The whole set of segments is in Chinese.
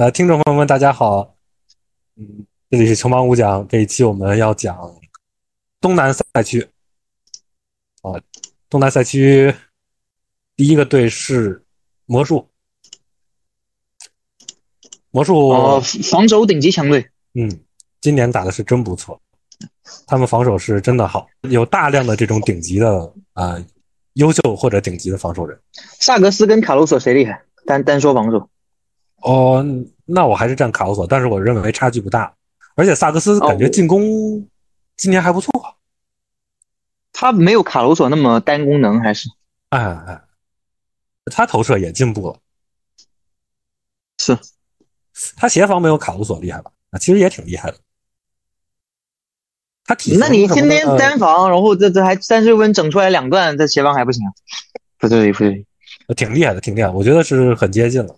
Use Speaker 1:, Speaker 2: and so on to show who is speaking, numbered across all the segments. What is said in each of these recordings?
Speaker 1: 呃，听众朋友们，大家好，嗯，这里是城邦五讲，这一期我们要讲东南赛区，啊，东南赛区第一个队是魔术，魔术，
Speaker 2: 哦，防守顶级强队，
Speaker 1: 嗯，今年打的是真不错，他们防守是真的好，有大量的这种顶级的啊、呃优秀或者顶级的防守人。
Speaker 2: 萨格斯跟卡洛索谁厉害？单单说防守，
Speaker 1: 哦，那我还是站卡罗索，但是我认为差距不大，而且萨克
Speaker 2: 哦
Speaker 1: 斯感觉进攻今年还不错，
Speaker 2: 他没有卡洛索那么单功能，还是
Speaker 1: 哎哎，他投射也进步了，
Speaker 2: 是
Speaker 1: 他协防没有卡罗索厉害吧？啊，其实也挺厉害的。他体型
Speaker 2: 那你
Speaker 1: 什么
Speaker 2: 今
Speaker 1: 的
Speaker 2: 天
Speaker 1: 呃
Speaker 2: 单防，然后这这还三十分整出来两段，这协防还不行啊？不对不对，
Speaker 1: 挺厉害的，挺厉害的，我觉得是很接近了。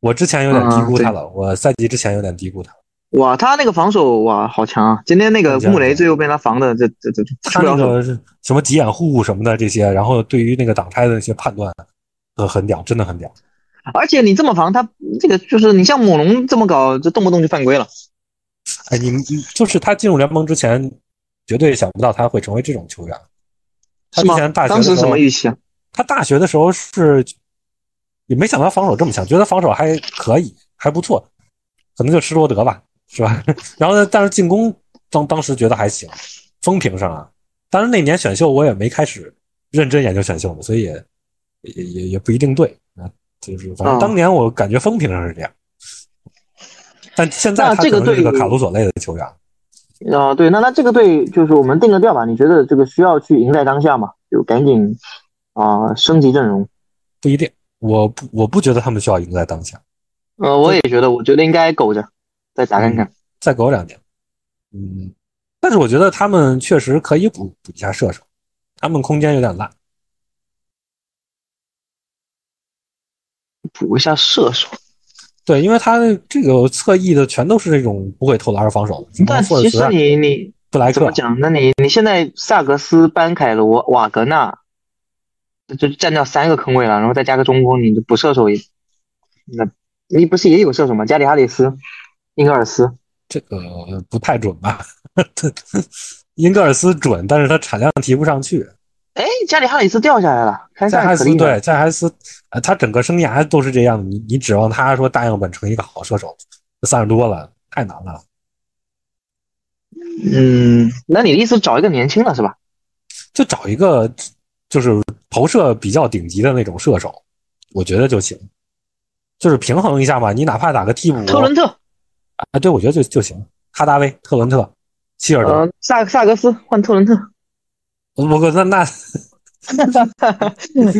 Speaker 1: 我之前有点低
Speaker 2: 嗯
Speaker 1: 估他了，我赛季之前有点低估他。
Speaker 2: 哇，他那个防守哇好强啊！今天那个
Speaker 1: 很强
Speaker 2: 穆雷最后被他防的，这这这这出
Speaker 1: 他
Speaker 2: 不
Speaker 1: 那
Speaker 2: 了手。
Speaker 1: 个是什么急掩护什么的这些，然后对于那个挡拆的那些判断，呃，很屌，真的很屌。
Speaker 2: 而且你这么防他，这个就是你像猛龙这么搞，这动不动就犯规了。
Speaker 1: 哎，你你就是他进入联盟之前，绝对想不到他会成为这种球员。他
Speaker 2: 是
Speaker 1: 之
Speaker 2: 吗
Speaker 1: 前大？学
Speaker 2: 当
Speaker 1: 的时
Speaker 2: 时什
Speaker 1: 候
Speaker 2: 么，预期啊？
Speaker 1: 他大学的时候是也没想到防守这么强，觉得防守还可以，还不错，可能就施罗德吧，是吧？ 然后呢，但是进攻当当时觉得还行，风评上啊，当然那年选秀我也没开始认真研究选秀嘛，所以也也也也不一定对啊，就是反正
Speaker 2: 嗯
Speaker 1: 当年我感觉风评上是这样，但现在
Speaker 2: 那
Speaker 1: 他
Speaker 2: 这
Speaker 1: 可
Speaker 2: 个
Speaker 1: 能是
Speaker 2: 对
Speaker 1: 个
Speaker 2: 于
Speaker 1: 卡鲁索类的球员。
Speaker 2: 啊、对，那那这个队就是我们定个调吧？你觉得这个需要去赢在当下吗？就赶紧啊、升级阵容。
Speaker 1: 不一定，我不我不觉得他们需要赢在当下，
Speaker 2: 呃，我也觉得，我觉得应该苟着，再打看看。
Speaker 1: 再苟两年。嗯，但是我觉得他们确实可以补补一下射手，他们空间有点烂。
Speaker 2: 补一下射手。
Speaker 1: 嗯对，因为他这个侧翼的全都是这种不会投篮防守的，什么
Speaker 2: 但
Speaker 1: 霍尔
Speaker 2: 其实
Speaker 1: 茨、啊
Speaker 2: 你你
Speaker 1: 布莱
Speaker 2: 怎
Speaker 1: 克
Speaker 2: 么，讲？那你你现在萨格斯、班凯罗、瓦格纳，就占掉三个坑位了，然后再加个中锋，你就补射手也，那你不是也有射手吗？加里哈里斯、英格尔斯，
Speaker 1: 这个不太准吧？ 英格尔斯准，但是他产量提不上去。
Speaker 2: 哎，加里哈里斯掉下来了，开
Speaker 1: 加
Speaker 2: 赛
Speaker 1: 哈
Speaker 2: 可啊
Speaker 1: 斯
Speaker 2: 厉害
Speaker 1: 对，加哈斯，呃，他整个生涯都是这样，你你指望他说大样本成一个好射手，三十多了太难了。
Speaker 2: 嗯，那你的意思找一个年轻的是吧？
Speaker 1: 就找一个就是投射比较顶级的那种射手，我觉得就行，就是平衡一下嘛。你哪怕打个替补，
Speaker 2: 特伦特，
Speaker 1: 啊，对我觉得就就行。哈达威、特伦特、希尔德，
Speaker 2: 呃，萨萨格斯换特伦特，
Speaker 1: 我我那那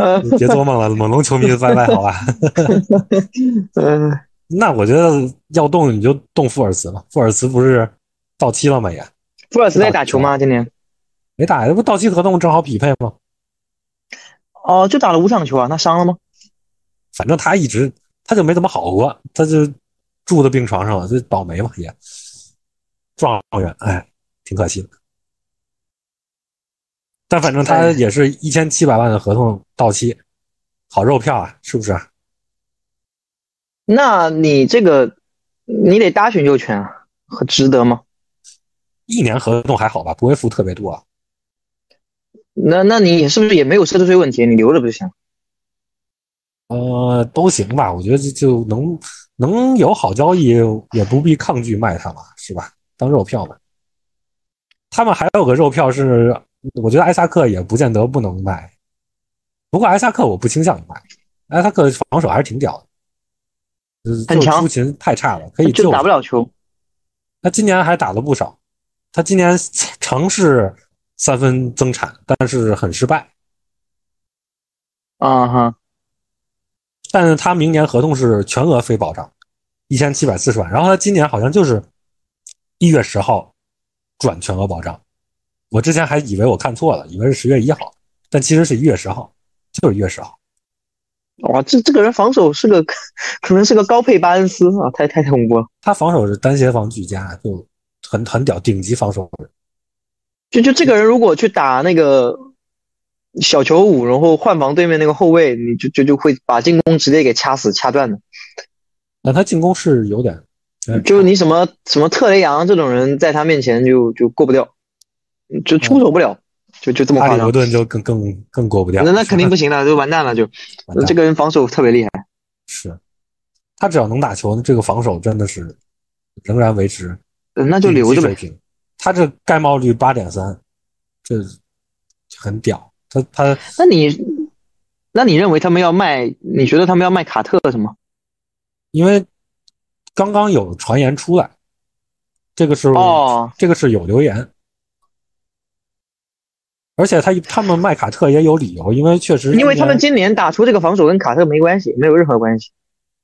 Speaker 2: 呃
Speaker 1: 你别做梦了，猛龙球迷拜拜好吧。
Speaker 2: 呃，
Speaker 1: 那我觉得要动你就动富尔茨吧，富尔茨不是到期了吗也？
Speaker 2: 福尔斯在打球吗？今年？
Speaker 1: 没打，这不到期合同正好匹配吗？
Speaker 2: 哦，就打了五场球啊，那伤了吗？
Speaker 1: 反正他一直他就没怎么好过，他就住在病床上了，就倒霉嘛也。状元，哎，挺可惜的。但反正他
Speaker 2: 哎
Speaker 1: 也是一千七百万的合同到期，好肉票啊，是不是？
Speaker 2: 那你这个你得搭选秀权啊，很值得吗？
Speaker 1: 一年合同还好吧，不会付特别多啊。
Speaker 2: 那那你是不是也没有奢侈税问题？你留着不就行？
Speaker 1: 呃，都行吧，我觉得就就能能有好交易，也不必抗拒卖它嘛，是吧？当肉票嘛。他们还有个肉票是，我觉得埃萨克也不见得不能卖，不过埃萨克我不倾向于卖，埃萨克防守还是挺屌的，呃
Speaker 2: 很
Speaker 1: 就
Speaker 2: 强
Speaker 1: 出勤太差了，可以
Speaker 2: 哎就
Speaker 1: 救
Speaker 2: 打不了球。
Speaker 1: 他今年还打了不少，他今年 尝试三分增产，但是很失败。
Speaker 2: 啊哈，
Speaker 1: 但是他明年合同是全额非保障，一千七百四十万。然后他今年好像就是一月十号转全额保障，我之前还以为我看错了，以为是十月一号，但其实是一月十号，就是一月十号。
Speaker 2: 哇，这这个人防守是个 可能是个高配巴恩斯啊，太太太恐怖了。
Speaker 1: 他防守是单协防俱佳，就很很屌，顶级防守人。
Speaker 2: 就就这个人如果去打那个小球五，然后换防对面那个后卫，你就就就会把进攻直接给掐死掐断的。
Speaker 1: 但他进攻是有点，嗯
Speaker 2: 就是你什么什么特雷杨这种人，在他面前就就过不掉，就出手不了，就就这么
Speaker 1: 哈
Speaker 2: 夸
Speaker 1: 利伯
Speaker 2: 张。
Speaker 1: 顿就更更更过不掉。
Speaker 2: 那那肯定不行了，就完蛋了，就
Speaker 1: 完蛋
Speaker 2: 这个人防守特别厉害。
Speaker 1: 是，他只要能打球，这个防守真的是仍然维持
Speaker 2: 嗯那
Speaker 1: 那
Speaker 2: 就留着
Speaker 1: 水
Speaker 2: 呗。
Speaker 1: 平。他这盖帽率八点三，这很屌。他他
Speaker 2: 那你那你认为他们要卖？你觉得他们要卖卡特什么？
Speaker 1: 因为刚刚有传言出来，这个是、
Speaker 2: 哦，
Speaker 1: 这个是有留言，而且他他们卖卡特也有理由，因为确实
Speaker 2: 因为他们
Speaker 1: 今年
Speaker 2: 今年打出这个防守跟卡特没关系，没有任何关系。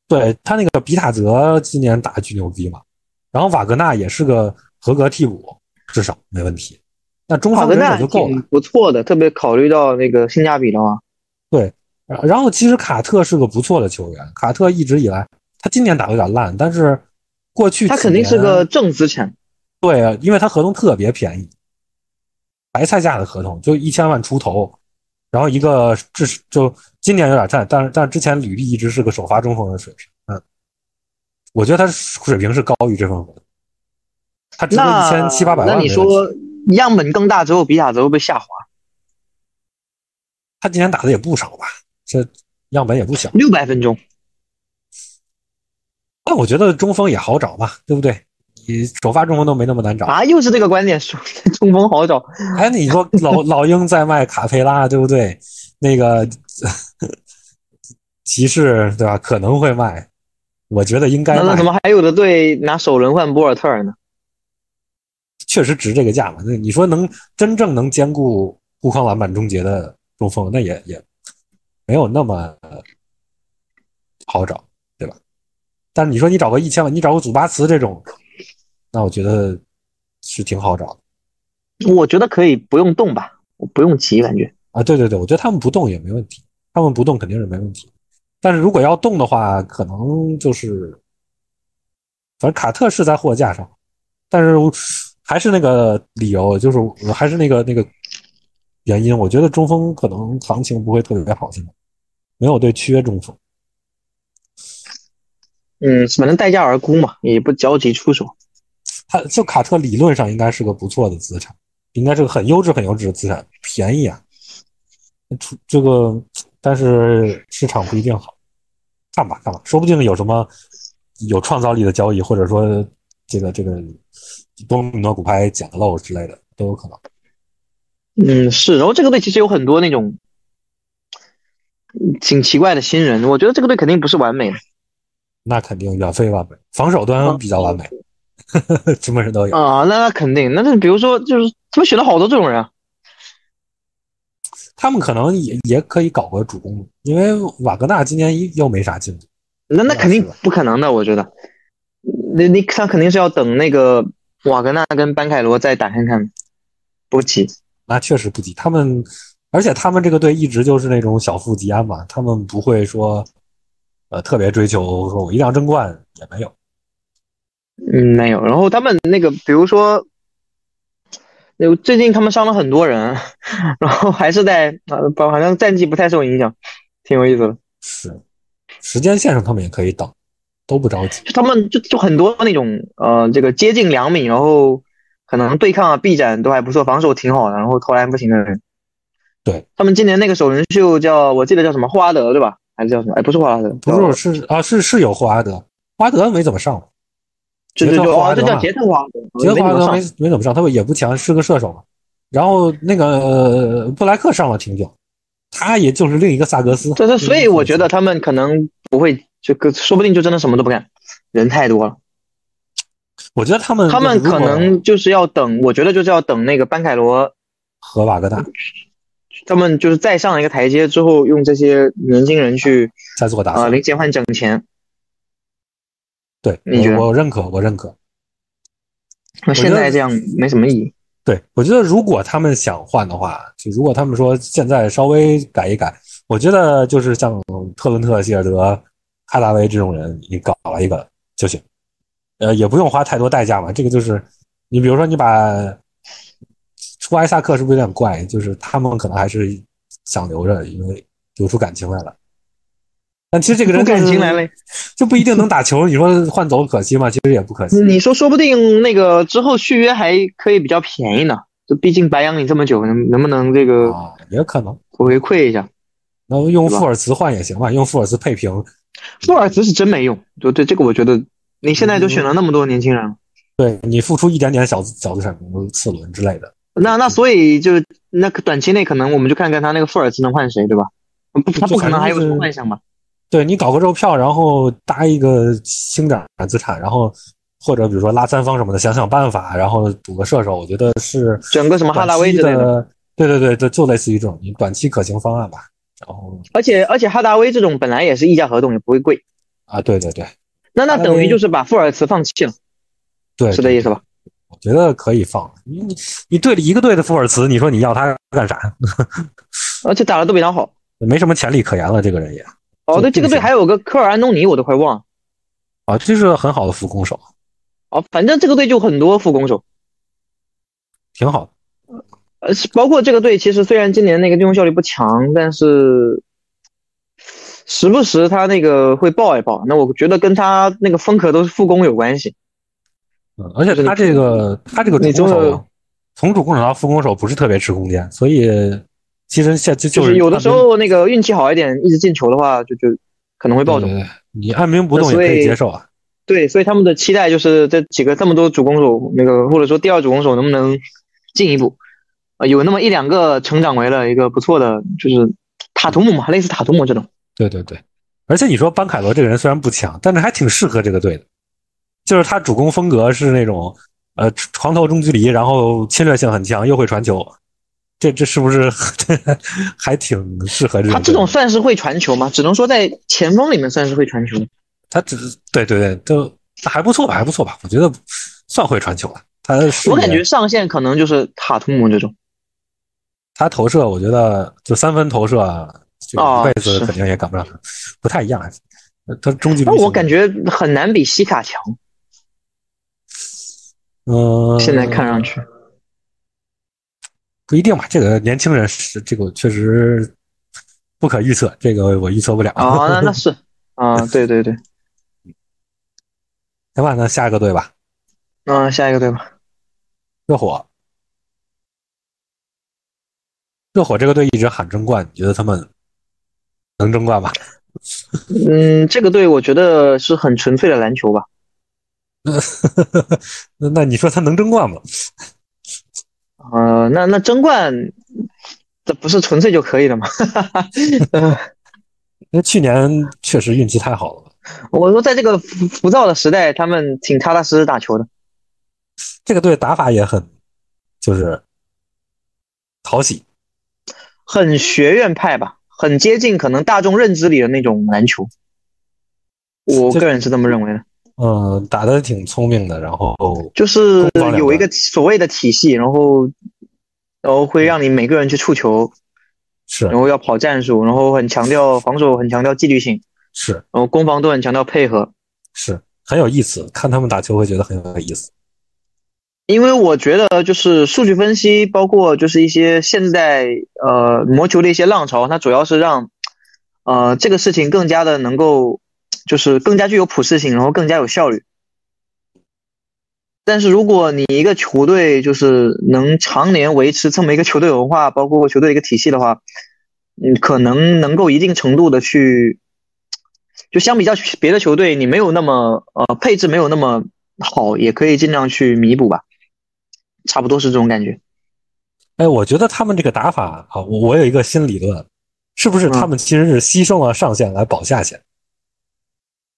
Speaker 1: 对他那个比塔泽今年打得巨牛逼嘛，然后瓦格纳也是个合格替补，至少没问题。那中
Speaker 2: 卡
Speaker 1: 场
Speaker 2: 格
Speaker 1: 人
Speaker 2: 纳
Speaker 1: 手就够了
Speaker 2: 挺。不错的，特别考虑到那个性价比的话，
Speaker 1: 然然后其实卡特是个不错的球员，卡特一直以来他今年打得有点烂，但是过去
Speaker 2: 他
Speaker 1: 几
Speaker 2: 肯定是
Speaker 1: 年
Speaker 2: 个正资产。
Speaker 1: 对啊，因为他合同特别便宜，白菜价的合同就一千万出头，然后一个至就今年有点差，但是但是之前吕丽一直是个首发中锋的水平，嗯，我觉得他水平是高于这份合同，他值一
Speaker 2: 那
Speaker 1: 千七八百万
Speaker 2: 那
Speaker 1: 没问
Speaker 2: 你
Speaker 1: 题。
Speaker 2: 说样本更大之后，比塔泽会不会下滑？
Speaker 1: 他今年打的也不少吧，这样本也不小，
Speaker 2: 六百分钟，
Speaker 1: 但我觉得中锋也好找嘛，对不对？你首发中锋都没那么难找。
Speaker 2: 啊，又是这个观点，说 中锋好找，
Speaker 1: 哎，你说 老老鹰在卖卡佩拉，对不对？那个骑士对吧？可能会卖，我觉得应该
Speaker 2: 那那
Speaker 1: 卖
Speaker 2: 怎，么还有的队拿首轮换博尔特尔呢？
Speaker 1: 确实值这个价嘛。那你说能真正能兼顾护框篮板终结的中锋，那也也没有那么好找，对吧？但是你说你找个一千万，你找个祖巴茨这种，那我觉得是挺好找的
Speaker 2: 我觉得可以不用动吧，我不用急，感觉
Speaker 1: 啊。对对对，我觉得他们不动也没问题，他们不动肯定是没问题。但是如果要动的话，可能就是，反正卡特是在货架上，但是我还是那个理由，就是我还是那个那个原因，我觉得中锋可能行情不会特别好，现在没有对缺中锋。
Speaker 2: 嗯，反正待价而沽嘛，也不着急出手。
Speaker 1: 他就卡特理论上应该是个不错的资产，应该是个很优质、很优质的资产，便宜啊。出这个，但是市场不一定好，看吧看吧，说不定有什么有创造力的交易，或者说这个这个多米诺骨牌捡漏之类的都有可能。
Speaker 2: 嗯，是。然后这个队其实有很多那种嗯挺奇怪的新人，我觉得这个队肯定不是完美的
Speaker 1: 那肯定远非完美，防守端比较完美， 什么人都有。
Speaker 2: 啊、那那肯定，那就比如说就是他们选了好多这种人啊，
Speaker 1: 他们可能也也可以搞个主攻，因为瓦格纳今年又没啥进度。
Speaker 2: 那
Speaker 1: 那
Speaker 2: 那肯定
Speaker 1: 是吧
Speaker 2: 不可能的，我觉得。那那他肯定是要等那个瓦格纳跟班凯罗再打看看，不急。
Speaker 1: 那确实不急。他们，而且他们这个队一直就是那种小富即安嘛，他们不会说，呃，特别追求说我一定要争冠，也没有。
Speaker 2: 嗯，没有。然后他们那个，比如说，有最近他们伤了很多人，啊 然后还是在啊，不好像战绩不太受影响，挺有意思的。
Speaker 1: 是，时间线上他们也可以等，都不着急。
Speaker 2: 就他们就就很多那种呃，这个接近两米，然后可能对抗啊、臂展都还不错，防守挺好的，然后投篮不行的人。
Speaker 1: 对，
Speaker 2: 他们今年那个首轮秀叫我记得叫什么霍华德对吧？还是叫什么？哎，不是霍华德，
Speaker 1: 不
Speaker 2: 叫
Speaker 1: 是是啊，是是有霍华德，霍华德没怎么上，
Speaker 2: 就
Speaker 1: 杰
Speaker 2: 就
Speaker 1: 特
Speaker 2: 就
Speaker 1: 霍
Speaker 2: 哦，
Speaker 1: 华
Speaker 2: 这
Speaker 1: 德
Speaker 2: 叫
Speaker 1: 嘛
Speaker 2: 杰特霍华德，
Speaker 1: 杰霍
Speaker 2: 没
Speaker 1: 华
Speaker 2: 怎么
Speaker 1: 德
Speaker 2: 上
Speaker 1: 没没怎么上，他也不强，是个射手嘛。然后那个、呃布莱克上了挺久，他也就是另一个萨格斯。
Speaker 2: 对对，所以我觉得
Speaker 1: 他
Speaker 2: 他们可能不会，就个说不定就真的什么都不干，人太多了。
Speaker 1: 我觉得他们
Speaker 2: 他们
Speaker 1: 如
Speaker 2: 可
Speaker 1: 果
Speaker 2: 能就是要等，我觉得就是要等那个班凯罗，
Speaker 1: 和瓦格
Speaker 2: 啊
Speaker 1: 纳
Speaker 2: 他们就是再上一个台阶之后，用这些年轻人去
Speaker 1: 在做打
Speaker 2: 啊、
Speaker 1: 算。
Speaker 2: 呃零钱换整钱。
Speaker 1: 对，
Speaker 2: 你觉得
Speaker 1: 我我认可，我认可。
Speaker 2: 那现在这样没什么意义。
Speaker 1: 对，我觉得如果他们想换的话，就如果他们说现在稍微改一改，我觉得就是像特伦特、希尔德、哈达威这种人，你搞了一个就行，呃，也不用花太多代价嘛。这个就是，你比如说你把出埃萨克是不是有点怪？就是他们可能还是想留着，因为留出感情来了。但其实这个人
Speaker 2: 不
Speaker 1: 就
Speaker 2: 感情来
Speaker 1: 是
Speaker 2: 了。
Speaker 1: 就不一定能打球，你说换走可惜吗？其实也不可惜。
Speaker 2: 你说，说不定那个之后续约还可以比较便宜呢。就毕竟白养你这么久，能能不能这个
Speaker 1: 啊，也可能。
Speaker 2: 回馈一下？
Speaker 1: 那用
Speaker 2: 对吧
Speaker 1: 富尔茨换也行吧，用富尔茨配平。
Speaker 2: 富尔茨是真没用，就对这个我觉得，你现在都选了那么多年轻人了，
Speaker 1: 对你付出一点点小小资产，比如次轮之类的，
Speaker 2: 那那所以就那个短期内可能我们就看看他那个富尔茨能换谁，对吧？嗯不，他不可能还有什么幻想吧？
Speaker 1: 对你搞个肉票，然后搭一个轻点儿的资产，然后或者比如说拉三方什么的，想想办法，然后补个射手，我觉得是
Speaker 2: 整个什么哈达
Speaker 1: 短
Speaker 2: 威
Speaker 1: 期
Speaker 2: 之类的。
Speaker 1: 的，对对对，就就类似于这种你短期可行方案吧。然后
Speaker 2: 而且而且哈达威这种本来也是溢价合同，也不会贵。
Speaker 1: 啊，对对对
Speaker 2: 那那
Speaker 1: 哈达威
Speaker 2: 等于就是把富尔茨放弃了，
Speaker 1: 对，
Speaker 2: 是这意思吧？
Speaker 1: 我觉得可以放。你你你对了一个队的富尔茨，你说你要他干啥？
Speaker 2: 而且打的都比他好。
Speaker 1: 没什么潜力可言了，这个人也
Speaker 2: 哦，对，
Speaker 1: 这
Speaker 2: 这
Speaker 1: 个
Speaker 2: 个队
Speaker 1: 是
Speaker 2: 还有个科尔安东尼，我都快忘了。
Speaker 1: 啊，这是很好的副攻手，
Speaker 2: 哦，反正这个队就很多副攻手，
Speaker 1: 挺好的。
Speaker 2: 呃，是包括这个队其实虽然今年那个进攻效率不强，但是时不时他那个会爆一爆。那我觉得跟他那个风格都是副攻有关系。
Speaker 1: 嗯，而且他这个他这个主
Speaker 2: 那
Speaker 1: 攻
Speaker 2: 中
Speaker 1: 手
Speaker 2: 的，
Speaker 1: 从主攻手到副攻手不是特别吃空间，所以其实现就
Speaker 2: 就
Speaker 1: 就是
Speaker 2: 有的
Speaker 1: 按
Speaker 2: 时候那个运气好一点，一直进球的话，就就可能会
Speaker 1: 兵
Speaker 2: 爆走。
Speaker 1: 对对对你按兵不动也
Speaker 2: 所
Speaker 1: 可以
Speaker 2: 以
Speaker 1: 接受啊。
Speaker 2: 对，所以他们的期待就是这几个这么多主攻手，那个或者说第二主攻手能不能进一步，呃，有那么一两个成长为了一个不错的，就是塔图姆嘛，类似塔图姆这种。
Speaker 1: 对对对，而且你说班凯罗这个人虽然不强，但是还挺适合这个队的，就是他主攻风格是那种呃床头中距离，然后侵略性很强，又会传球，这这是不是 还挺适合这种队的？
Speaker 2: 他这种算是会传球吗？只能说在前锋里面算是会传球。
Speaker 1: 他只是对对对，都还不错吧，还不错吧，我觉得算会传球了。他视
Speaker 2: 我感
Speaker 1: 野
Speaker 2: 觉上限可能就是塔图姆这种。
Speaker 1: 他投射，我觉得就三分投射，啊就
Speaker 2: 哦
Speaker 1: 一辈子
Speaker 2: 是
Speaker 1: 肯定也赶不上他，不太一样。啊他中距离
Speaker 2: 那
Speaker 1: 行，
Speaker 2: 我感觉很难比西卡强，
Speaker 1: 嗯，
Speaker 2: 现在看上去。
Speaker 1: 不一定吧。这个年轻人是这个确实不可预测，这个我预测不了。
Speaker 2: 啊，那那是啊，对对对，
Speaker 1: 行吧，那下一个队吧，
Speaker 2: 嗯，下一个对吧？
Speaker 1: 热火。热火这个队一直喊争冠，你觉得他们能争冠吗？
Speaker 2: 嗯，这个队我觉得是很纯粹的篮球吧。
Speaker 1: 那那你说他能争冠吗？
Speaker 2: 呃，那那争冠，这不是纯粹就可以了吗？ 呃，
Speaker 1: 因为去年确实运气太好了。
Speaker 2: 我说在这个浮浮躁的时代，他们挺踏踏实实打球的。
Speaker 1: 这个队打法也很，就是讨喜。
Speaker 2: 很学院派吧，很接近可能大众认知里的那种篮球。我个人是这么认为的，
Speaker 1: 嗯，打的挺聪明的，然后
Speaker 2: 就是
Speaker 1: 攻防两端
Speaker 2: 有一个所谓的体系，然后然后会让你每个人去触球，
Speaker 1: 是
Speaker 2: 然后要跑战术，然后很强调防守，很强调纪律性，
Speaker 1: 是
Speaker 2: 然后攻防都很强调配合。
Speaker 1: 是很有意思，看他们打球会觉得很有意思。
Speaker 2: 因为我觉得就是数据分析，包括就是一些现在呃魔球的一些浪潮，它主要是让呃这个事情更加的能够就是更加具有普适性，然后更加有效率。但是如果你一个球队就是能常年维持这么一个球队文化，包括球队一个体系的话，嗯，可能能够一定程度的去，就相比较别的球队，你没有那么呃配置没有那么好，也可以尽量去弥补吧，差不多是这种感觉。
Speaker 1: 哎，我觉得他们这个打法啊，我我有一个新理论，是不是
Speaker 2: 嗯
Speaker 1: 他们其实是牺牲了上限来保下限？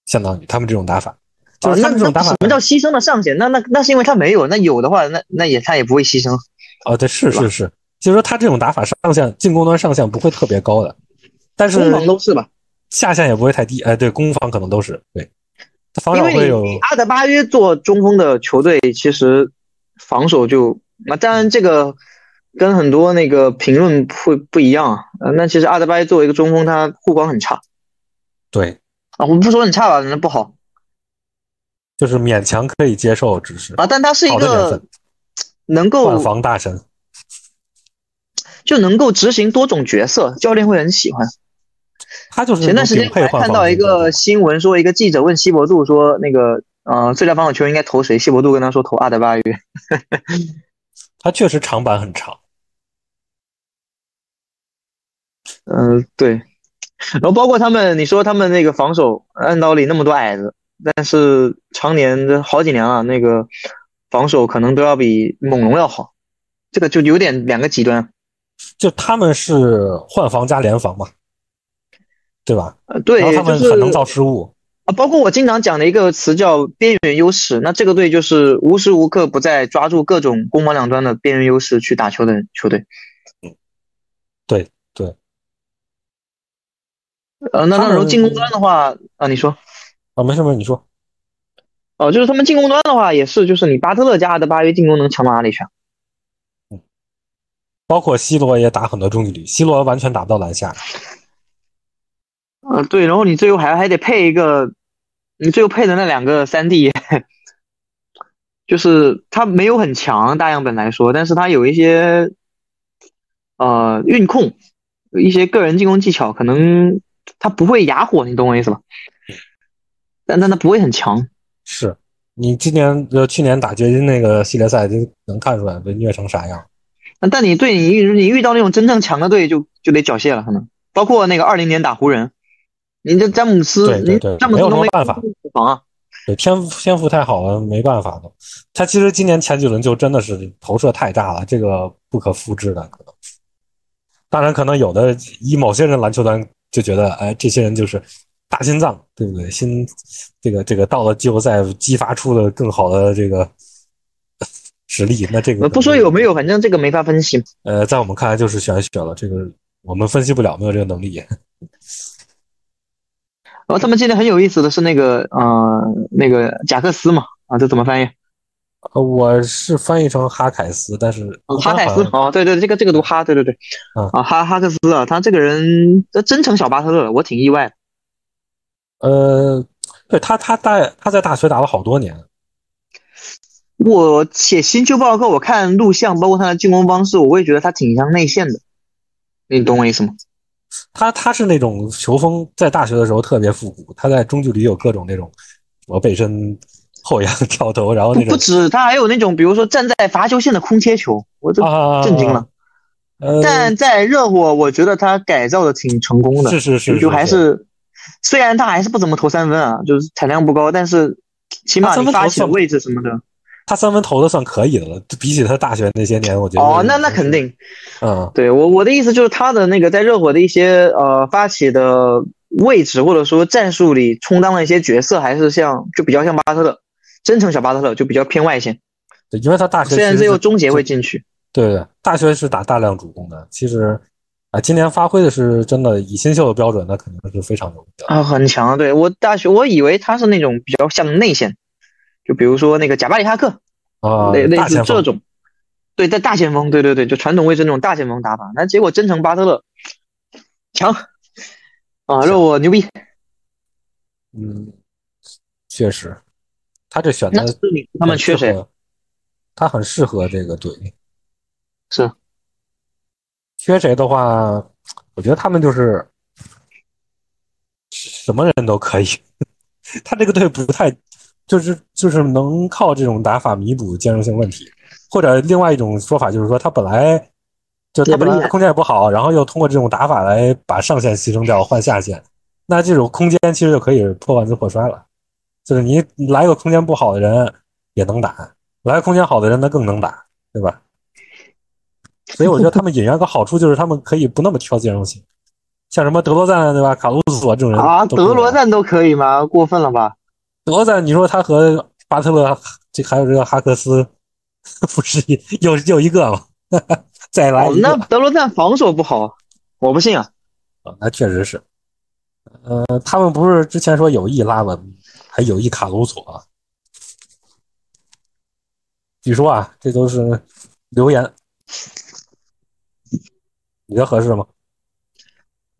Speaker 1: 相当于他们这种打法，就
Speaker 2: 啊，
Speaker 1: 是
Speaker 2: 那
Speaker 1: 他们这
Speaker 2: 那
Speaker 1: 种打法
Speaker 2: 什么叫牺牲的上限？那那那是因为他没有，那有的话，那那也他也不会牺牲。
Speaker 1: 啊，对，是是是，就是说他这种打法上限进攻端上限不会特别高的，但是
Speaker 2: 通常都是吧？
Speaker 1: 下限也不会太低。哎，对，攻防可能都是对，防
Speaker 2: 因
Speaker 1: 守
Speaker 2: 为
Speaker 1: 会
Speaker 2: 你
Speaker 1: 有
Speaker 2: 你阿德巴约做中锋的球队，其实防守就那当然这个跟很多那个评论会不一样啊。呃那其实阿德巴约作为一个中锋，他护框很差
Speaker 1: 对，
Speaker 2: 啊，我们不说很差吧，那不好
Speaker 1: 就是勉强可以接受，只是
Speaker 2: 啊，但他是一
Speaker 1: 好的缘
Speaker 2: 个
Speaker 1: 分
Speaker 2: 能
Speaker 1: 换
Speaker 2: 够
Speaker 1: 防大神。
Speaker 2: 就能够执行多种角色，教练会很喜欢。
Speaker 1: 他就是
Speaker 2: 前段时间
Speaker 1: 顶配
Speaker 2: 还
Speaker 1: 换
Speaker 2: 看
Speaker 1: 防
Speaker 2: 到
Speaker 1: 守
Speaker 2: 一个
Speaker 1: 的
Speaker 2: 新闻，说一个记者问西伯杜说，那个呃，最佳防守球员应该投谁？西伯杜跟他说投阿德巴约。
Speaker 1: 他确实长板很长。
Speaker 2: 嗯、对。然后包括他们，你说他们那个防守，按道理那么多矮子，但是常年这好几年了，那个防守可能都要比猛龙要好，这个就有点两个极端。
Speaker 1: 就他们是换防加联防嘛，对吧？
Speaker 2: 呃，对，
Speaker 1: 然后他们
Speaker 2: 就是
Speaker 1: 很能造失误，
Speaker 2: 啊，包括我经常讲的一个词叫边缘优势。那这个队就是无时无刻不在抓住各种攻防两端的边缘优势去打球的球队。
Speaker 1: 对对。
Speaker 2: 呃，那
Speaker 1: 他们
Speaker 2: 那然后进攻端的话，啊，你说，
Speaker 1: 啊，没事没事，你说
Speaker 2: 哦、就是他们进攻端的话也是，就是你巴特勒加阿德巴约进攻能强到哪里去啊？
Speaker 1: 包括 C 罗也打很多中距离，C 罗完全打不到篮下。
Speaker 2: 呃，对，然后你最后还还得配一个，你最后配的那两个三 D，就是他没有很强大样本来说，但是他有一些呃运控，一些个人进攻技巧，可能他不会哑火，你懂我意思吧？
Speaker 1: 嗯
Speaker 2: 但但他不会很强，
Speaker 1: 是你今年呃去年打掘金那个系列赛就能看出来被虐成啥样。
Speaker 2: 但但你对你遇你遇到那种真正强的队就就得缴械了，可能包括那个二零年打湖人，你这詹姆斯，
Speaker 1: 对对
Speaker 2: 你
Speaker 1: 对
Speaker 2: 詹姆
Speaker 1: 没有
Speaker 2: 斯
Speaker 1: 什
Speaker 2: 都
Speaker 1: 么
Speaker 2: 没
Speaker 1: 办法
Speaker 2: 防啊。
Speaker 1: 对，天赋天赋太好了，没办法的。他其实今年前几轮就真的是投射太炸了，这个不可复制的可能。当然，可能有的以某些人篮球端就觉得，哎，这些人就是大心脏，对不对？心这个这个到了季后赛激发出了更好的这个实力，那这个
Speaker 2: 呃
Speaker 1: 可
Speaker 2: 不说
Speaker 1: 能
Speaker 2: 有没有，反正这个没法分析。
Speaker 1: 呃，在我们看来就是玄学了，这个我们分析不了，没有这个能力。
Speaker 2: 然后他们今天很有意思的是那个呃那个贾克斯嘛啊，这怎么翻译？
Speaker 1: 呃，我是翻译成哈凯斯，但是
Speaker 2: 哈凯斯
Speaker 1: 好像
Speaker 2: 哦，对对，这个这个读哈，对对对，
Speaker 1: 嗯
Speaker 2: 啊哈哈克斯啊，他这个人这真成小巴特勒了，我挺意外的。
Speaker 1: 呃，对他，他在他在大学打了好多年，
Speaker 2: 我写新秀报告，我看录像，包括他的进攻方式，我会觉得他挺像内线的，你懂我意思吗？
Speaker 1: 他他是那种球风，在大学的时候特别复古，他在中距离有各种那种什么背身后仰 跳投，然后哦
Speaker 2: 不
Speaker 1: 那
Speaker 2: 不
Speaker 1: 种
Speaker 2: 止，他还有那种比如说站在罚球线的空切球，我都
Speaker 1: 啊
Speaker 2: 震惊了。。
Speaker 1: 呃，
Speaker 2: 但在热火，我觉得他改造的挺成功的。
Speaker 1: 是是是，
Speaker 2: 就还是，虽然他还是不怎么投三分啊，就是产量不高，但是起
Speaker 1: 他
Speaker 2: 码
Speaker 1: 三
Speaker 2: 你
Speaker 1: 分
Speaker 2: 发
Speaker 1: 投
Speaker 2: 起的
Speaker 1: 算
Speaker 2: 位置什么的，
Speaker 1: 他三分投的算可以的了，比起他大学那些年，我觉得
Speaker 2: 哦，那那肯，定，
Speaker 1: 嗯，
Speaker 2: 对我我的意思就是他的那个在热火的一些呃发起的位置或者说战术里充当了一些角色，还是像就比较像巴特勒，真诚小巴特勒就比较偏外线，
Speaker 1: 对，因为他大学
Speaker 2: 虽然
Speaker 1: 其实
Speaker 2: 最后
Speaker 1: 是
Speaker 2: 终结会进去，
Speaker 1: 对对，大学是打大量主攻的，其实啊，今年发挥的是真的，以新秀的标准，那肯定是非常牛逼的。
Speaker 2: 啊，很强。对我大学我以为他是那种比较像内线，就比如说那个贾巴里哈克，
Speaker 1: 啊，
Speaker 2: 类类
Speaker 1: 大
Speaker 2: 似
Speaker 1: 前
Speaker 2: 这
Speaker 1: 锋，
Speaker 2: 种，对，在大前锋，对对对，就传统位置那种大前锋打法。那结果真诚巴特勒强啊，热火牛逼。
Speaker 1: 呃嗯，确实，他这选
Speaker 2: 那
Speaker 1: 的
Speaker 2: 是你他们缺谁？？
Speaker 1: 他很适合这个队。
Speaker 2: 是
Speaker 1: 缺谁的话，我觉得他们就是什么人都可以。 他这个队不太，就是就是能靠这种打法弥补兼容性问题，或者另外一种说法就是说，他本来就他本
Speaker 2: 也不厉
Speaker 1: 来
Speaker 2: 害
Speaker 1: 空间也不好，然后又通过这种打法来把上限牺牲掉换下限，那这种空间其实就可以破罐子破摔了。就是你来个空间不好的人也能打，来个空间好的人那更能打，对吧？所以我觉得他们引援有个好处就是他们可以不那么挑兼容性，像什么德罗赞对吧？卡鲁索这种人
Speaker 2: 啊，
Speaker 1: 都不能
Speaker 2: 德罗赞都可以吗？过分了吧？
Speaker 1: 德罗赞，你说他和巴特勒，这还有这个哈克斯， 不是一又又一个吗？ 再来
Speaker 2: 哦
Speaker 1: 一，个，
Speaker 2: 那德罗赞防守不好，我不信啊。
Speaker 1: 啊那确实是。呃，他们不是之前说有意拉文，还有意卡鲁索啊，据说啊，这都是流言。你觉得合适吗？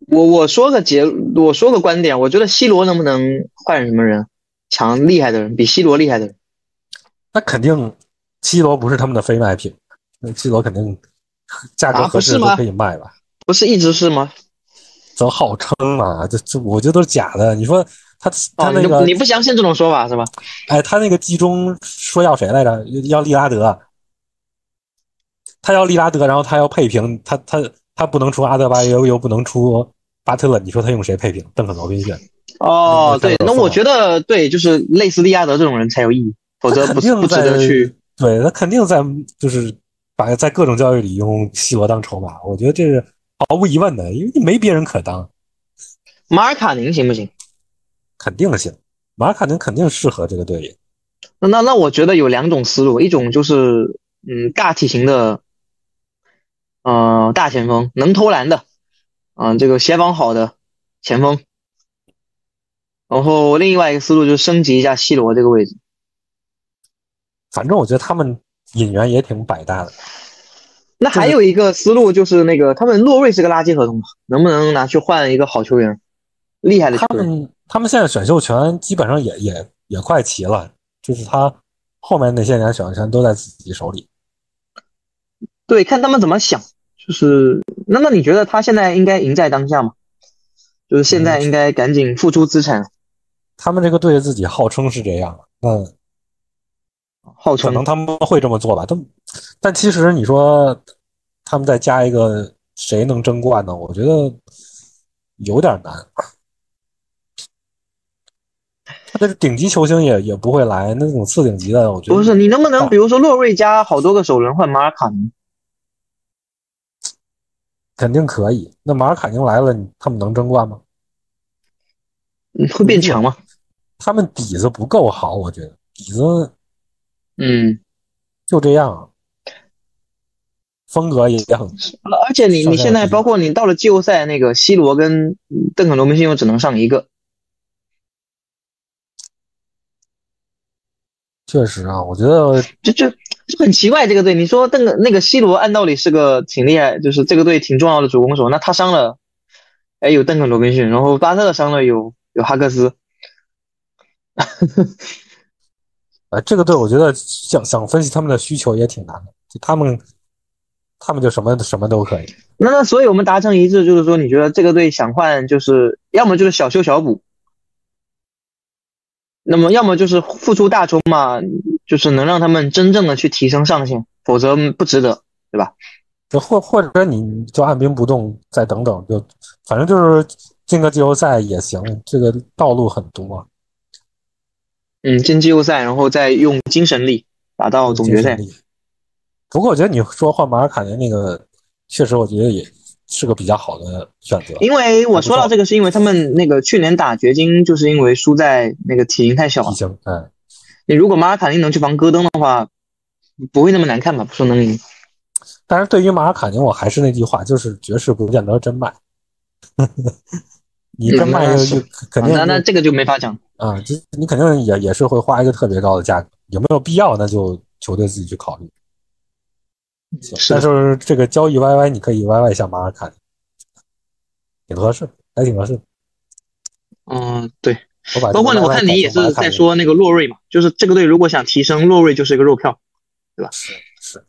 Speaker 2: 我我说个结，我说个观点，我觉得 C 罗能不能换什么人强厉害的人，比 C 罗厉害的人？
Speaker 1: 那肯定，C 罗不是他们的非卖品，那 C 罗肯定价格
Speaker 2: 啊
Speaker 1: 合适
Speaker 2: 不是
Speaker 1: 都
Speaker 2: 吗
Speaker 1: 可以卖吧。
Speaker 2: 不是一直是吗？
Speaker 1: 则号称嘛，这这我觉得都是假的。你说他他
Speaker 2: 哦，
Speaker 1: 那
Speaker 2: 你
Speaker 1: 个、
Speaker 2: 不你不相信这种说法是吧？
Speaker 1: 哎，他那个剧中说要谁来着？要利拉德，他要利拉德，然后他要配平，他他他不能出阿德巴约，又不能出巴特勒，你说他用谁配平？邓肯罗宾逊，
Speaker 2: 哦，
Speaker 1: 那
Speaker 2: 对
Speaker 1: 个，
Speaker 2: 那我觉得对，就是类似利亚德这种人才有意义，否则
Speaker 1: 肯
Speaker 2: 不
Speaker 1: 定
Speaker 2: 不值
Speaker 1: 在
Speaker 2: 得去。
Speaker 1: 对他肯定在就是把在各种交易里用 C 罗当筹码，我觉得这是毫无疑问的，因为没别人可当，
Speaker 2: 马尔卡宁行不行？
Speaker 1: 肯定行。马尔卡宁肯定适合这个队里，
Speaker 2: 那那那我觉得有两种思路，一种就是嗯大体型的，呃大前锋能投篮的，嗯、这个协防好的前锋。然后另外一个思路就是升级一下 C 罗这个位置。
Speaker 1: 反正我觉得他们引援也挺百搭的。
Speaker 2: 那还有一个思路就是那个他们诺瑞是个垃圾合同嘛，能不能拿去换一个好球员，厉害的球
Speaker 1: 他
Speaker 2: 员？
Speaker 1: 们他们现在选秀权基本上也也也快齐了，就是他后面那些年选秀权都在自己手里。
Speaker 2: 对，看他们怎么想。就是那么你觉得他现在应该赢在当下吗？就是现在应该赶紧付出资产，
Speaker 1: 他们这个队自己号称是这样，那
Speaker 2: 号
Speaker 1: 可
Speaker 2: 称
Speaker 1: 能他们会这么做吧。但但其实你说他们再加一个谁能争冠呢？我觉得有点难。但是顶级球星也也不会来，那种次顶级的，我觉得
Speaker 2: 不是，你能不能比如说洛瑞加好多个首轮换马尔卡宁？
Speaker 1: 肯定可以。那马尔卡宁来了，你他们能争冠吗？
Speaker 2: 嗯会变强吗？
Speaker 1: 他们底子不够好，我觉得底子
Speaker 2: 嗯，
Speaker 1: 就这样，风格也很
Speaker 2: 而且你
Speaker 1: 上下
Speaker 2: 你现在
Speaker 1: 级
Speaker 2: 包括你到了季后赛，那个 C 罗跟邓肯罗宾逊又只能上一个，
Speaker 1: 确实啊，我觉得
Speaker 2: 就就就很奇怪这个队。你说邓肯那个 C 罗按道理是个挺厉害，就是这个队挺重要的主攻手，那他伤了，哎有邓肯罗宾逊，然后巴特勒伤了有有哈克斯，
Speaker 1: 呃这个队我觉得想想分析他们的需求也挺难的，就他们他们就什么什么都可以，
Speaker 2: 那那所以我们达成一致就是说，你觉得这个队想换就是要么就是小修小补，那么要么就是付出大筹码，就是能让他们真正的去提升上限，否则不值得，对吧？
Speaker 1: 就或或者你就按兵不动，再等等，就反正就是进个季后赛也行，这个道路很多，
Speaker 2: 嗯，进季后赛，然后再用精神力打到总决赛
Speaker 1: 竞。争嗯力。不过我觉得你说换马尔卡宁那个，确实我觉得也是个比较好的选择。
Speaker 2: 因为我说到这个，是因为他们那个去年打掘金，就是因为输在那个体型太小
Speaker 1: 已
Speaker 2: 了。
Speaker 1: 经，嗯，
Speaker 2: 你如果马尔卡宁能去防戈登的话，不会那么难看吧？不说能赢。
Speaker 1: 但是对于马尔卡宁，我还是那句话，就是绝世不见得真卖。你真卖
Speaker 2: 嗯那
Speaker 1: 就是肯定
Speaker 2: 啊那那这个就没法讲。
Speaker 1: 啊，这你肯定也也是会花一个特别高的价格，有没有必要那就球队自己去考虑。
Speaker 2: 是
Speaker 1: 但
Speaker 2: 嗯的
Speaker 1: 是这个交易 YY 你可以 YY 一下马尔卡宁，挺合适，还挺合适。
Speaker 2: 嗯，对。
Speaker 1: 我把这个
Speaker 2: 包括你，我
Speaker 1: YY
Speaker 2: 看你也
Speaker 1: 改成马
Speaker 2: 是
Speaker 1: 尔卡
Speaker 2: 在
Speaker 1: 宁
Speaker 2: 说那个洛瑞嘛，就是这个队如果想提升，洛瑞就是一个肉票。
Speaker 1: 是是，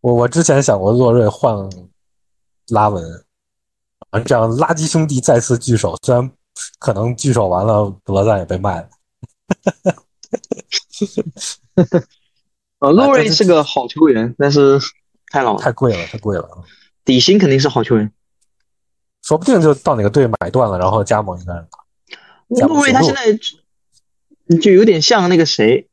Speaker 1: 我我之前想过洛瑞换拉文，啊，这样垃圾兄弟再次聚首，虽然可能聚首完了德赞也被卖了，
Speaker 2: 呃，洛瑞是个好球员，但是 太老了，
Speaker 1: 太贵了，太贵了，啊
Speaker 2: 底薪肯定是好球员。
Speaker 1: 说不定就到哪个队买断了，然后加盟一个人打。加盟
Speaker 2: 洛瑞他现在就有点像那个谁，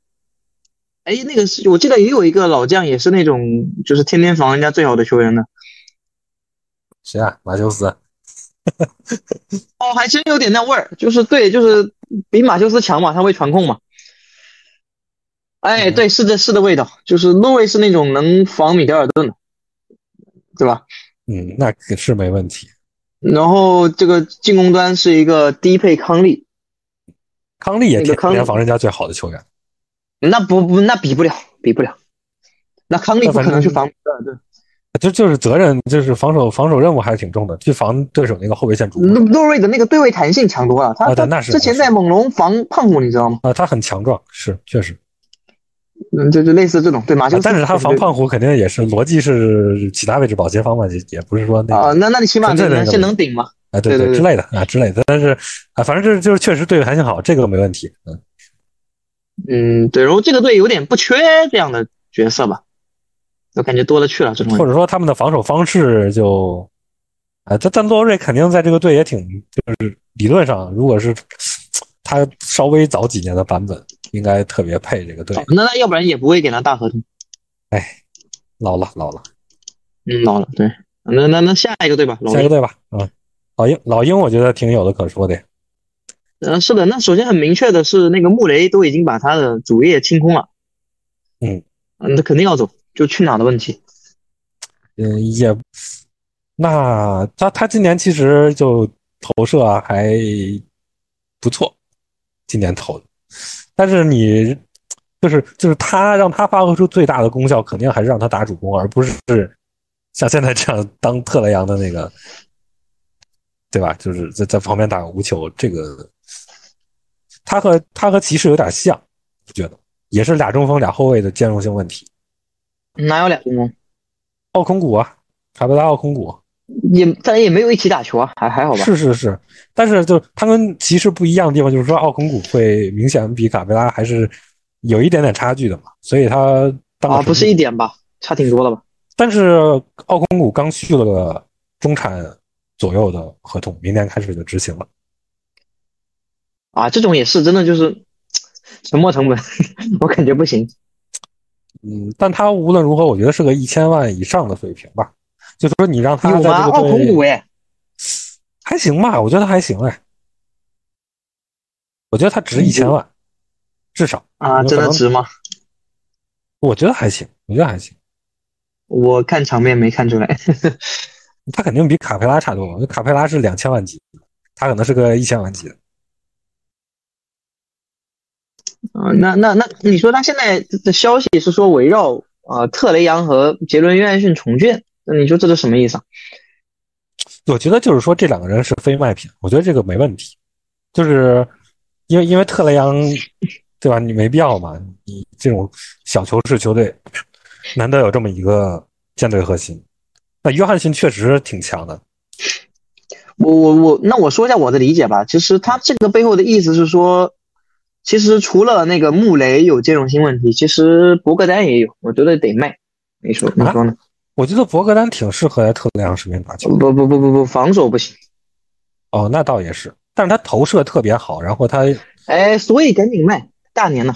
Speaker 2: 哎，那个是我记得也有一个老将，也是那种就是天天防人家最好的球员的。
Speaker 1: 谁啊？马修斯，
Speaker 2: 哦，还真有点那味儿，就是对，就是比马修斯强嘛，他会传控嘛。哎，
Speaker 1: 嗯
Speaker 2: 对，是的，是的味道，就是洛瑞是那种能防米德尔顿的，对吧？
Speaker 1: 嗯，那可是没问题。
Speaker 2: 然后这个进攻端是一个低配康利，
Speaker 1: 康利也
Speaker 2: 那个
Speaker 1: 天
Speaker 2: 康利
Speaker 1: 天防人家最好的球员，
Speaker 2: 那不不那比不了，比不了。那康利不可能去防米德尔顿，
Speaker 1: 就就是责任，就是防守防守任务还是挺重的，去防对手那个后卫线主
Speaker 2: 洛
Speaker 1: 攻
Speaker 2: 洛瑞的那个对位弹性强多了。他
Speaker 1: 啊对
Speaker 2: 他
Speaker 1: 那是
Speaker 2: 之前在猛龙防胖虎，你知道吗？
Speaker 1: 啊，他很强壮，是确实。
Speaker 2: 嗯，就就类似这种，对马修
Speaker 1: 啊
Speaker 2: 斯。
Speaker 1: 但是他防胖虎肯定也是逻辑是其他位置保协防嘛，也也不是说那
Speaker 2: 啊，
Speaker 1: 个，
Speaker 2: 那那你起码
Speaker 1: 纯粹
Speaker 2: 能
Speaker 1: 的那
Speaker 2: 能
Speaker 1: 个
Speaker 2: 先能顶嘛。
Speaker 1: 啊，对
Speaker 2: 对对对
Speaker 1: 之类的啊之类的。但是啊，反正就是就是确实对韩信好，这个没问题。嗯，
Speaker 2: 嗯，对，然后这个队有点不缺这样的角色吧，我感觉多了去了，这种
Speaker 1: 或者说他们的防守方式就啊，这但洛瑞肯定在这个队也挺就是理论上，如果是他稍微早几年的版本，应该特别配这个队。
Speaker 2: 哦那那要不然也不会给他大合同。
Speaker 1: 老了老了，
Speaker 2: 嗯，老了，对，那那那下一个对吧？老
Speaker 1: 下一
Speaker 2: 鹰
Speaker 1: 个队吧。啊，老鹰老鹰，我觉得挺有的可说的。
Speaker 2: 嗯，是的，那首先很明确的是，那个穆雷都已经把他的主业清空了，
Speaker 1: 嗯
Speaker 2: 嗯，那肯定要走，就去哪儿的问题。
Speaker 1: 嗯，也，那他他今年其实就投射啊还不错，今年投的，但是你就是就是他让他发挥出最大的功效，肯定还是让他打主攻，而不是像现在这样当特雷杨的那个，对吧？就是在在旁边打无球，这个他和他和骑士有点像，我觉得也是俩中锋俩后卫的兼容性问题，
Speaker 2: 哪有俩中锋？
Speaker 1: 奥孔古啊，卡佩拉奥孔古。
Speaker 2: 也但也没有一起打球啊，还还好吧？
Speaker 1: 是是是，但是就是他跟骑士不一样的地方，就是说奥孔古会明显比卡佩拉还是有一点点差距的嘛，所以他当
Speaker 2: 啊，
Speaker 1: 了
Speaker 2: 不是一点吧，差挺多的吧？
Speaker 1: 但是奥孔古刚续了个中产左右的合同，明年开始就执行了。
Speaker 2: 啊，这种也是真的就是 沉没成本，我感觉不行。
Speaker 1: 嗯，但他无论如何，我觉得是个一千万以上的水平吧，就说你让他
Speaker 2: 有
Speaker 1: 在这
Speaker 2: 吗？奥
Speaker 1: 个
Speaker 2: 孔古
Speaker 1: 队
Speaker 2: 哎，
Speaker 1: 还行吧，我觉得还行哎，我觉得他值一千
Speaker 2: 嗯
Speaker 1: 万，至少
Speaker 2: 啊，真的值吗？
Speaker 1: 我觉得还行，我觉得还行。
Speaker 2: 我看场面没看出来。
Speaker 1: 他肯定比卡佩拉差多了。那卡佩拉是两千万级，他可能是个一千万级的。
Speaker 2: 啊，那那那，你说他现在的消息是说围绕啊特雷杨和杰伦约翰逊重建，那你说这是什么意思啊？
Speaker 1: 我觉得就是说这两个人是非卖品，我觉得这个没问题。就是因为因为特雷杨，对吧？你没必要嘛。你这种小球市球队，难得有这么一个舰队核心。那约翰逊确实挺强的，
Speaker 2: 我我我，那我说一下我的理解吧。其实他这个背后的意思是说，其实除了那个穆雷有兼容性问题，其实博格丹也有，我觉得得卖。你说你说呢？
Speaker 1: 我觉得博格丹挺适合在特雷杨身边打球。
Speaker 2: 不不不不不，防守不行。
Speaker 1: 哦，那倒也是，但是他投射特别好，然后他
Speaker 2: 哎，所以赶紧卖，大年了。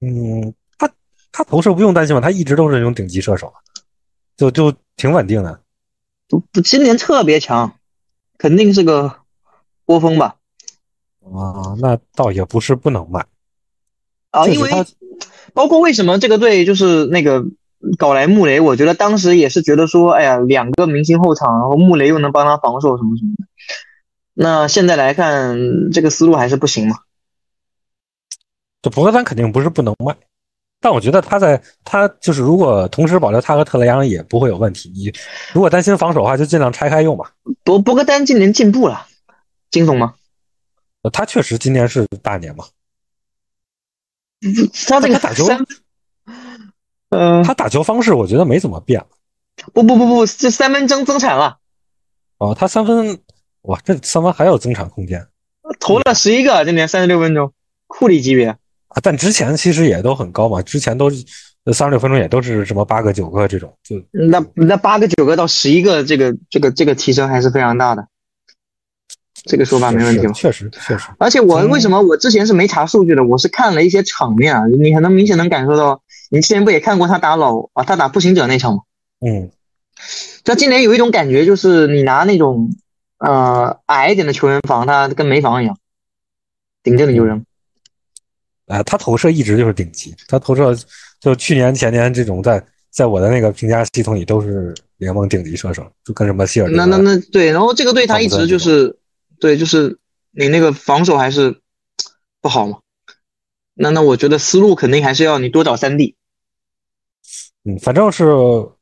Speaker 1: 嗯，他他投射不用担心嘛，他一直都是那种顶级射手，啊就就挺稳定的。
Speaker 2: 不不，今年特别强，肯定是个波峰吧？
Speaker 1: 啊，那倒也不是不能卖，
Speaker 2: 啊，
Speaker 1: 确
Speaker 2: 因
Speaker 1: 实
Speaker 2: 为
Speaker 1: 他
Speaker 2: 包括为什么这个队就是那个搞来穆雷，我觉得当时也是觉得说，哎呀，两个明星后场，然后穆雷又能帮他防守什么什么的。那现在来看，这个思路还是不行嘛。
Speaker 1: 就博格丹肯定不是不能卖，但我觉得他在他就是如果同时保留他和特雷杨也不会有问题。你如果担心防守的话，就尽量拆开用吧。
Speaker 2: 博博格丹今年进步了，金总吗？
Speaker 1: 呃他确实今年是大年嘛，
Speaker 2: 他这个
Speaker 1: 他打球
Speaker 2: 三，嗯、
Speaker 1: 他打球方式我觉得没怎么变
Speaker 2: 不不不不，这三分增增产了，
Speaker 1: 啊、他三分哇，这三分还有增长空间
Speaker 2: 投了十一个，今年三十六分钟，库里级别。
Speaker 1: 啊，但之前其实也都很高嘛，之前都是三十六分钟也都是什么八个九个这种，就
Speaker 2: 那那八个九个到十一个，这个这个这个提升还是非常大的，这个说法没问题吧？
Speaker 1: 确实确实，
Speaker 2: 而且我
Speaker 1: 从
Speaker 2: 为什么我之前是没查数据的？我是看了一些场面啊，你还能明显能感受到，你之前不也看过他打老啊，他打步行者那场吗？
Speaker 1: 嗯，
Speaker 2: 就今年有一种感觉，就是你拿那种呃矮一点的球员防他，跟没防一样，顶着你就扔。
Speaker 1: 啊，他投射一直就是顶级，他投射就去年前年这种在在我的那个评价系统里都是联盟顶级射手，就跟什么希尔顿
Speaker 2: 那
Speaker 1: 啊
Speaker 2: 那那对，然后这个队他一直就
Speaker 1: 防
Speaker 2: 是对，就是你那个防守还是不好嘛。那那我觉得思路肯定还是要你多找三 D。
Speaker 1: 嗯，反正是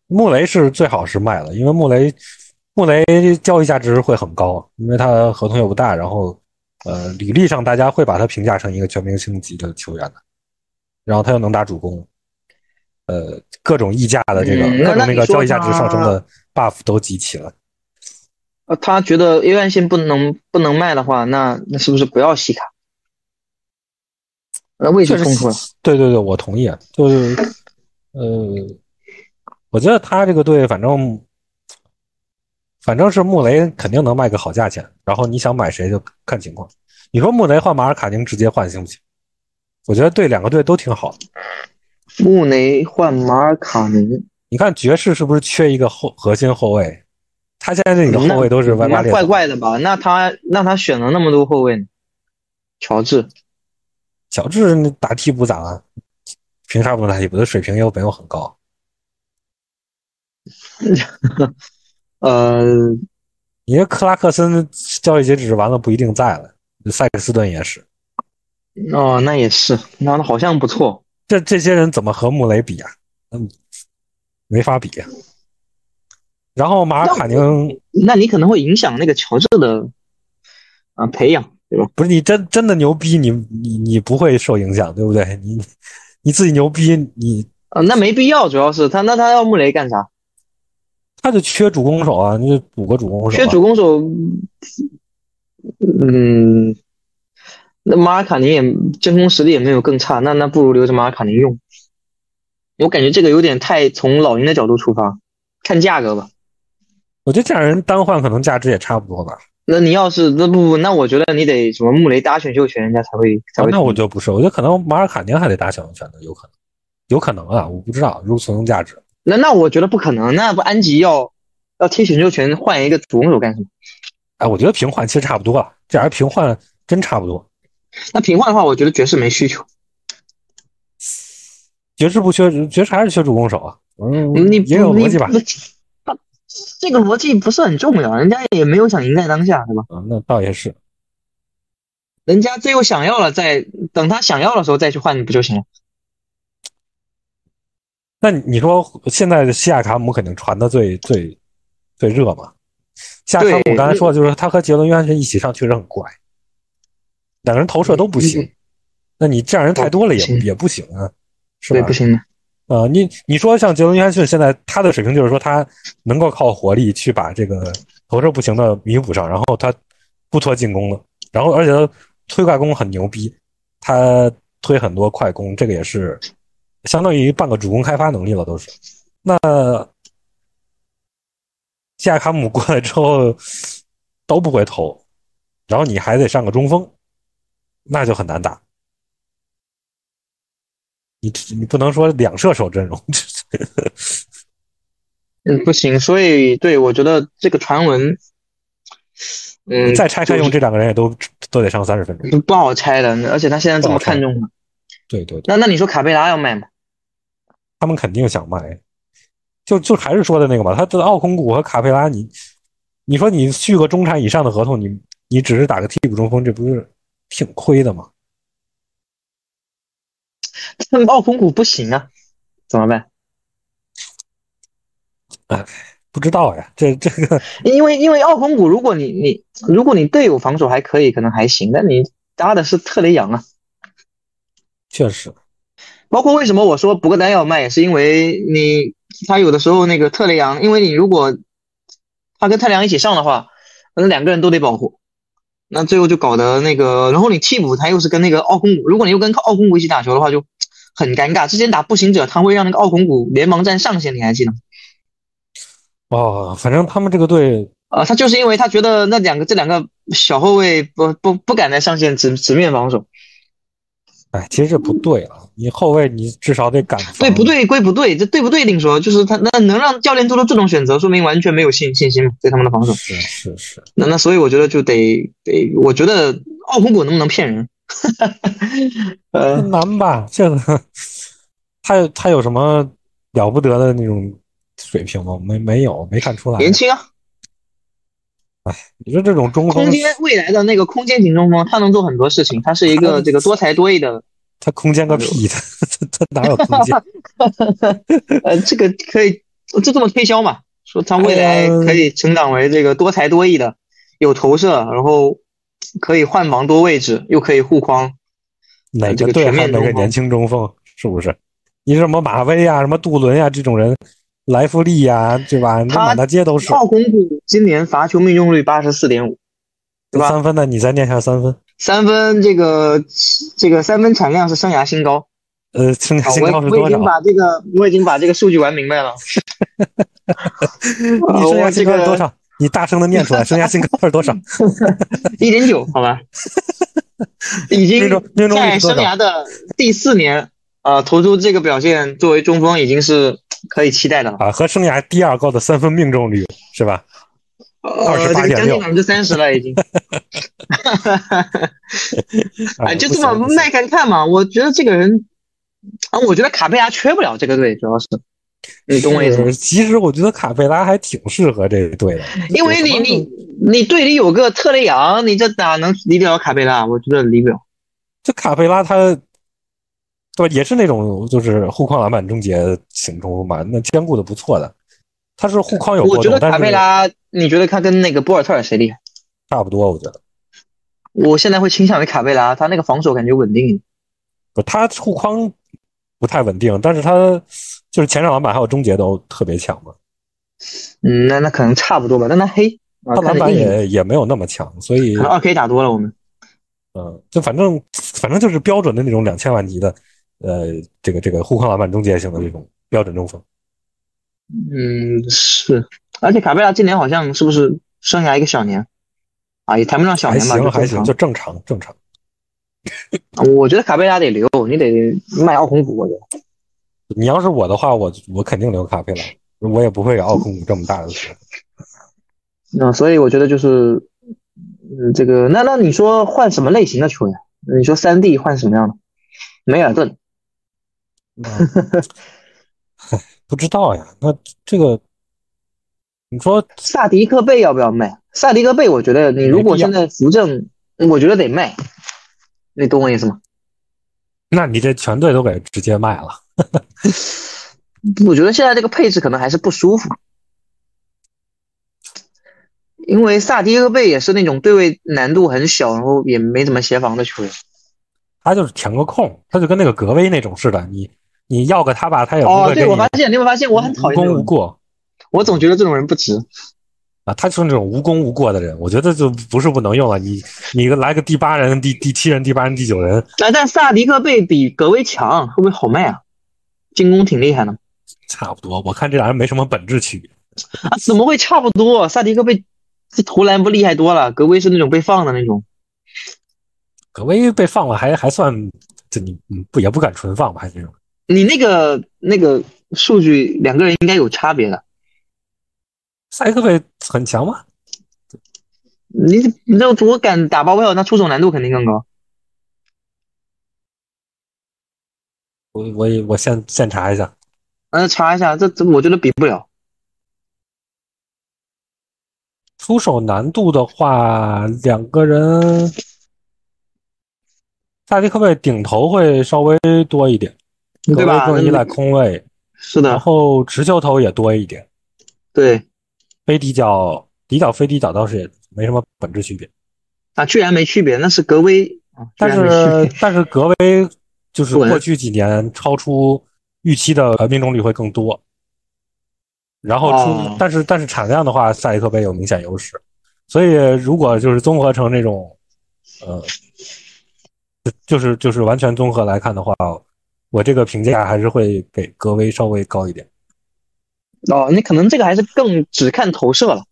Speaker 1: 穆雷是最好是卖了，因为穆雷穆雷交易价值会很高，因为他合同又不大，然后呃履历上大家会把他评价成一个全明星级的球员的，然后他又能打主攻，呃各种溢价的这个、
Speaker 2: 嗯
Speaker 1: 各
Speaker 2: 那
Speaker 1: 种
Speaker 2: 那
Speaker 1: 那
Speaker 2: 你
Speaker 1: 个
Speaker 2: 说
Speaker 1: 交易价值上升
Speaker 2: 他
Speaker 1: 的 buff 都集齐了。
Speaker 2: 呃，他觉得 A 院线不能不能卖的话，那那是不是不要西卡？那位置
Speaker 1: 确
Speaker 2: 冲突了。
Speaker 1: 实，对对对，我同意，啊就是呃，我觉得他这个队反正反正是穆雷肯定能卖个好价钱，然后你想买谁就看情况。你说穆雷换马尔卡宁直接换行不行？我觉得对两个队都挺好的。
Speaker 2: 穆雷换马尔卡宁，
Speaker 1: 你看爵士是不是缺一个后核心后卫？他现在这里的后卫都是歪瓜
Speaker 2: 嗯那
Speaker 1: 裂
Speaker 2: 怪
Speaker 1: 枣。
Speaker 2: 怪的吧？那他那他选了那么多后卫呢，乔治，
Speaker 1: 小智那打替补咋了？凭啥不能打替补？他水平又没有很高。
Speaker 2: 呃，
Speaker 1: 你这克拉克森交易截止完了不一定在了，塞克斯顿也是。
Speaker 2: 哦，那也是，那好像不错。
Speaker 1: 这这些人怎么和穆雷比啊？嗯，没法比、啊然后马尔卡宁
Speaker 2: 那你可能会影响那个乔治的啊、呃培养，对吧？
Speaker 1: 不是你真真的牛逼，你你你不会受影响，对不对？你你自己牛逼，你
Speaker 2: 啊、那没必要，主要是他那他要穆雷干啥？
Speaker 1: 他就缺主攻手啊，你就补个主攻手、啊。
Speaker 2: 缺主攻手，嗯，那马尔卡宁也进攻实力也没有更差，那那不如留着马尔卡宁用。我感觉这个有点太从老鹰的角度出发，看价格吧。
Speaker 1: 我觉得这样人单换可能价值也差不多吧。
Speaker 2: 那你要是那不不，那我觉得你得什么穆雷打选秀权，人家才会才
Speaker 1: 啊
Speaker 2: 会。
Speaker 1: 那我就不是，我觉得可能马尔卡宁还得打小型拳的，有可能，有可能啊，我不知道，如存用价值。
Speaker 2: 那那我觉得不可能，那不安吉要要踢选秀权换一个主攻手干什么？
Speaker 1: 哎，我觉得平换其实差不多了，这俩人平换真差不多。
Speaker 2: 那平换的话，我觉得爵士没需求。
Speaker 1: 爵士不缺，爵士还是缺主攻手啊。嗯，
Speaker 2: 你
Speaker 1: 也有逻辑吧？
Speaker 2: 你不这个逻辑不是很重要，人家也没有想赢在当下，对吧？
Speaker 1: 啊，那倒也是。
Speaker 2: 人家最后想要了再，等他想要的时候再去换不就行了？
Speaker 1: 那你你说现在的西亚卡姆肯定传的最最最热嘛？西亚卡姆
Speaker 2: 对
Speaker 1: 刚才说的就是他和杰伦约翰逊一起上确实很怪，两个人投射都不行
Speaker 2: 嗯。
Speaker 1: 那你这样人太多了也
Speaker 2: 不行
Speaker 1: 也不行啊，是
Speaker 2: 对，
Speaker 1: 吧
Speaker 2: 不？行的。
Speaker 1: 啊、你你说像杰伦约翰逊现在他的水平就是说他能够靠火力去把这个投射不行的弥补上，然后他不拖进攻了，然后而且他推快攻很牛逼，他推很多快攻，这个也是相当于半个主攻开发能力了，都是。那西亚卡姆过来之后都不会投，然后你还得上个中锋，那就很难打。你你不能说两射手阵容，
Speaker 2: 嗯，不行。所以，对我觉得这个传闻，嗯，
Speaker 1: 再拆开用，这两个人也都都得上三十分钟。
Speaker 2: 不不好拆的。而且他现在这么看重他，
Speaker 1: 对对对，
Speaker 2: 那那你说卡贝拉要卖吗？
Speaker 1: 他们肯定想卖，就就还是说的那个嘛，他的奥孔古和卡佩拉，你你说你续个中产以上的合同，你你只是打个替补中锋，这不是挺亏的吗？
Speaker 2: 那奥孔古不行啊，怎么办？
Speaker 1: 不知道呀，这这个
Speaker 2: 因为因为奥孔古，如果你你如果你队友防守还可以，可能还行，但你搭的是特雷杨啊。
Speaker 1: 确实
Speaker 2: 包括为什么我说博格丹要卖，也是因为你他有的时候那个特雷杨，因为你如果他跟特雷杨一起上的话，那两个人都得保护，那最后就搞得那个，然后你替补他又是跟那个奥孔古，如果你又跟奥孔古一起打球的话，就很尴尬。之前打步行者，他会让那个奥孔古联盟占上限，你还记得吗？
Speaker 1: 哦，反正他们这个队
Speaker 2: 啊、他就是因为他觉得那两个这两个小后卫不不不敢在上限直直面防守，
Speaker 1: 哎，其实这不对啊，你后卫你至少得敢
Speaker 2: 对
Speaker 1: 防
Speaker 2: 不？对归不对，这对不对另说，就是他那能让教练做出这种选择，说明完全没有信信心嘛对他们的防守。
Speaker 1: 是是是，
Speaker 2: 那那所以我觉得就得得，我觉得奥孔古能不能骗人？ 呃，
Speaker 1: 难吧？这个他有他有什么了不得的那种水平吗？没没有，没看出来。
Speaker 2: 年轻啊，
Speaker 1: 你说这种中锋
Speaker 2: 空，间未来的那个空间型中锋，他能做很多事情，他是一个这个多才多艺的，
Speaker 1: 他空间个屁，他他他哪有空间？
Speaker 2: 呃，这个可以就这么推销嘛，说他未来可以成长为这个多才多艺的，有投射，然后可以换防多位置，又可以护框，
Speaker 1: 哪
Speaker 2: 这
Speaker 1: 个
Speaker 2: 个
Speaker 1: 队
Speaker 2: 全
Speaker 1: 还有
Speaker 2: 面
Speaker 1: 那个
Speaker 2: 中锋
Speaker 1: 年轻中锋？是不是？你什么马威啊，什么杜伦呀、这种人，莱弗利呀、对吧？那满大街都是
Speaker 2: 奥孔古今年罚球命中率八十四点五，对吧
Speaker 1: 三分的，你再念一下三分。
Speaker 2: 三分这个这个三分产量是生涯新高。
Speaker 1: 呃，生涯
Speaker 2: 啊
Speaker 1: 新
Speaker 2: 我
Speaker 1: 高是
Speaker 2: 我已
Speaker 1: 多少
Speaker 2: 经？把这个我已经把这个数据玩 明白了。
Speaker 1: 你
Speaker 2: 啊
Speaker 1: 生
Speaker 2: 我
Speaker 1: 涯新
Speaker 2: 这
Speaker 1: 高是多
Speaker 2: 个
Speaker 1: 少？你大声的念出来，生涯新高是 多少？
Speaker 2: 一点九，好吧，已经
Speaker 1: 命中命中率
Speaker 2: 在
Speaker 1: 是多
Speaker 2: 生
Speaker 1: 少？
Speaker 2: 涯的第四年，呃，投出这个表现，作为中锋已经是可以期待的了，
Speaker 1: 啊，和生涯第二高的三分命中率是吧？
Speaker 2: 呃，这个将近
Speaker 1: 28.6
Speaker 2: 百分之三十 了已经。
Speaker 1: 啊，
Speaker 2: 哎，就
Speaker 1: 不
Speaker 2: 这
Speaker 1: 行
Speaker 2: 么
Speaker 1: 不行
Speaker 2: 耐看看嘛。我觉得这个人，啊，我觉得卡佩拉缺不了这个队，主要是，你懂我意思吗？
Speaker 1: 是其实我觉得卡佩拉还挺适合这个队的，
Speaker 2: 因为你你你队里有个特雷杨，你这哪能离得了卡佩拉？我觉得离不了。
Speaker 1: 就卡佩拉他，对吧？也是那种就是护框、篮板、终结型中锋嘛，那兼顾的不错的。他是护框有
Speaker 2: 我
Speaker 1: 过
Speaker 2: 觉
Speaker 1: 动
Speaker 2: 得，
Speaker 1: 但
Speaker 2: 卡
Speaker 1: 是
Speaker 2: 佩拉，你觉得他跟那个博尔特尔谁厉害？
Speaker 1: 差不多，我觉得
Speaker 2: 我现在会倾向于卡佩拉，他那个防守感觉稳定一点。
Speaker 1: 不，他护框不太稳定，但是他就是前场篮板还有终结都特别强嘛。
Speaker 2: 嗯，那那可能差不多吧，但他啊黑啊，
Speaker 1: 他篮
Speaker 2: 看着
Speaker 1: 板
Speaker 2: 硬一点，
Speaker 1: 也也没有那么强，所以
Speaker 2: 可能二 K 打多了我们。
Speaker 1: 嗯，就反正反正就是标准的那种两千万级的，呃，这个这个护框篮板终结型的这种标准中锋。
Speaker 2: 嗯，是，而且卡佩拉今年好像是不是生涯一个小年啊，也谈不上小
Speaker 1: 还
Speaker 2: 年吧，
Speaker 1: 行
Speaker 2: 就
Speaker 1: 还
Speaker 2: 正
Speaker 1: 行，
Speaker 2: 常。
Speaker 1: 就正常正常。
Speaker 2: 我觉得卡贝拉得留，你得卖奥孔古，我觉得。
Speaker 1: 你要是我的话，我我肯定留卡佩拉，我也不会给奥空这么大的球。
Speaker 2: 嗯，所以我觉得就是，嗯，这个，那那你说换什么类型的球员？你说三 D 换什么样的？梅尔顿，
Speaker 1: 嗯 不知道呀，那这个你说
Speaker 2: 萨迪克贝要不要卖？萨迪克贝，我觉得你如
Speaker 1: 没
Speaker 2: 果
Speaker 1: 必要
Speaker 2: 现在扶正，我觉得得卖，你懂我意思吗？
Speaker 1: 那你这全队都给直接卖了，
Speaker 2: 我觉得现在这个配置可能还是不舒服，因为萨迪克贝也是那种对位难度很小，然后也没怎么协防的球员。
Speaker 1: 他就是填个空，他就跟那个格威那种似的，你你要个他吧，他也不
Speaker 2: 哦，
Speaker 1: 会给
Speaker 2: 对，
Speaker 1: 你
Speaker 2: 我发现，你有没有发现我很讨
Speaker 1: 无
Speaker 2: 厌这
Speaker 1: 功无
Speaker 2: 种？
Speaker 1: 过
Speaker 2: 我总觉得这种人不值。
Speaker 1: 啊，他就是那种无功无过的人，我觉得就不是不能用了，你你来个第八人、第第七人、第八人、第九人，
Speaker 2: 哎，但萨迪克贝比格威强，会不会好卖啊？进攻挺厉害的
Speaker 1: 差不多，我看这俩人没什么本质区别。
Speaker 2: 啊？怎么会差不多？萨迪克贝这投篮不厉害多了，格威是那种被放的那种。
Speaker 1: 葛威被放了还还算，这你嗯不也不敢纯放吧？还是这种
Speaker 2: 你那个那个数据，两个人应该有差别的。
Speaker 1: 塞克贝很强吗？
Speaker 2: 你你这我敢打包票，那出手难度肯定更高。
Speaker 1: 我我也我现现查一下，
Speaker 2: 嗯，查一下，这这我觉得比不了。
Speaker 1: 出手难度的话，两个人，萨迪克贝顶头会稍微多一点，
Speaker 2: 对吧
Speaker 1: 格威更依赖空位，
Speaker 2: 是
Speaker 1: 然
Speaker 2: 的，
Speaker 1: 后持球头也多一点，
Speaker 2: 对
Speaker 1: 非底角、底角、非底角倒是也没什么本质区别。
Speaker 2: 啊，居然没区别，那是格威啊，居
Speaker 1: 但
Speaker 2: 然没区
Speaker 1: 是
Speaker 2: 别。
Speaker 1: 但是格威就是过去几年超出预期的呃命中率会更多，然后出、
Speaker 2: 哦
Speaker 1: 但是但是产量的话，赛克杯有明显优势，所以如果就是综合成这种，呃，就是就是完全综合来看的话，我这个评价还是会给格威稍微高一点，
Speaker 2: 哦，你可能这个还是更只看投射了。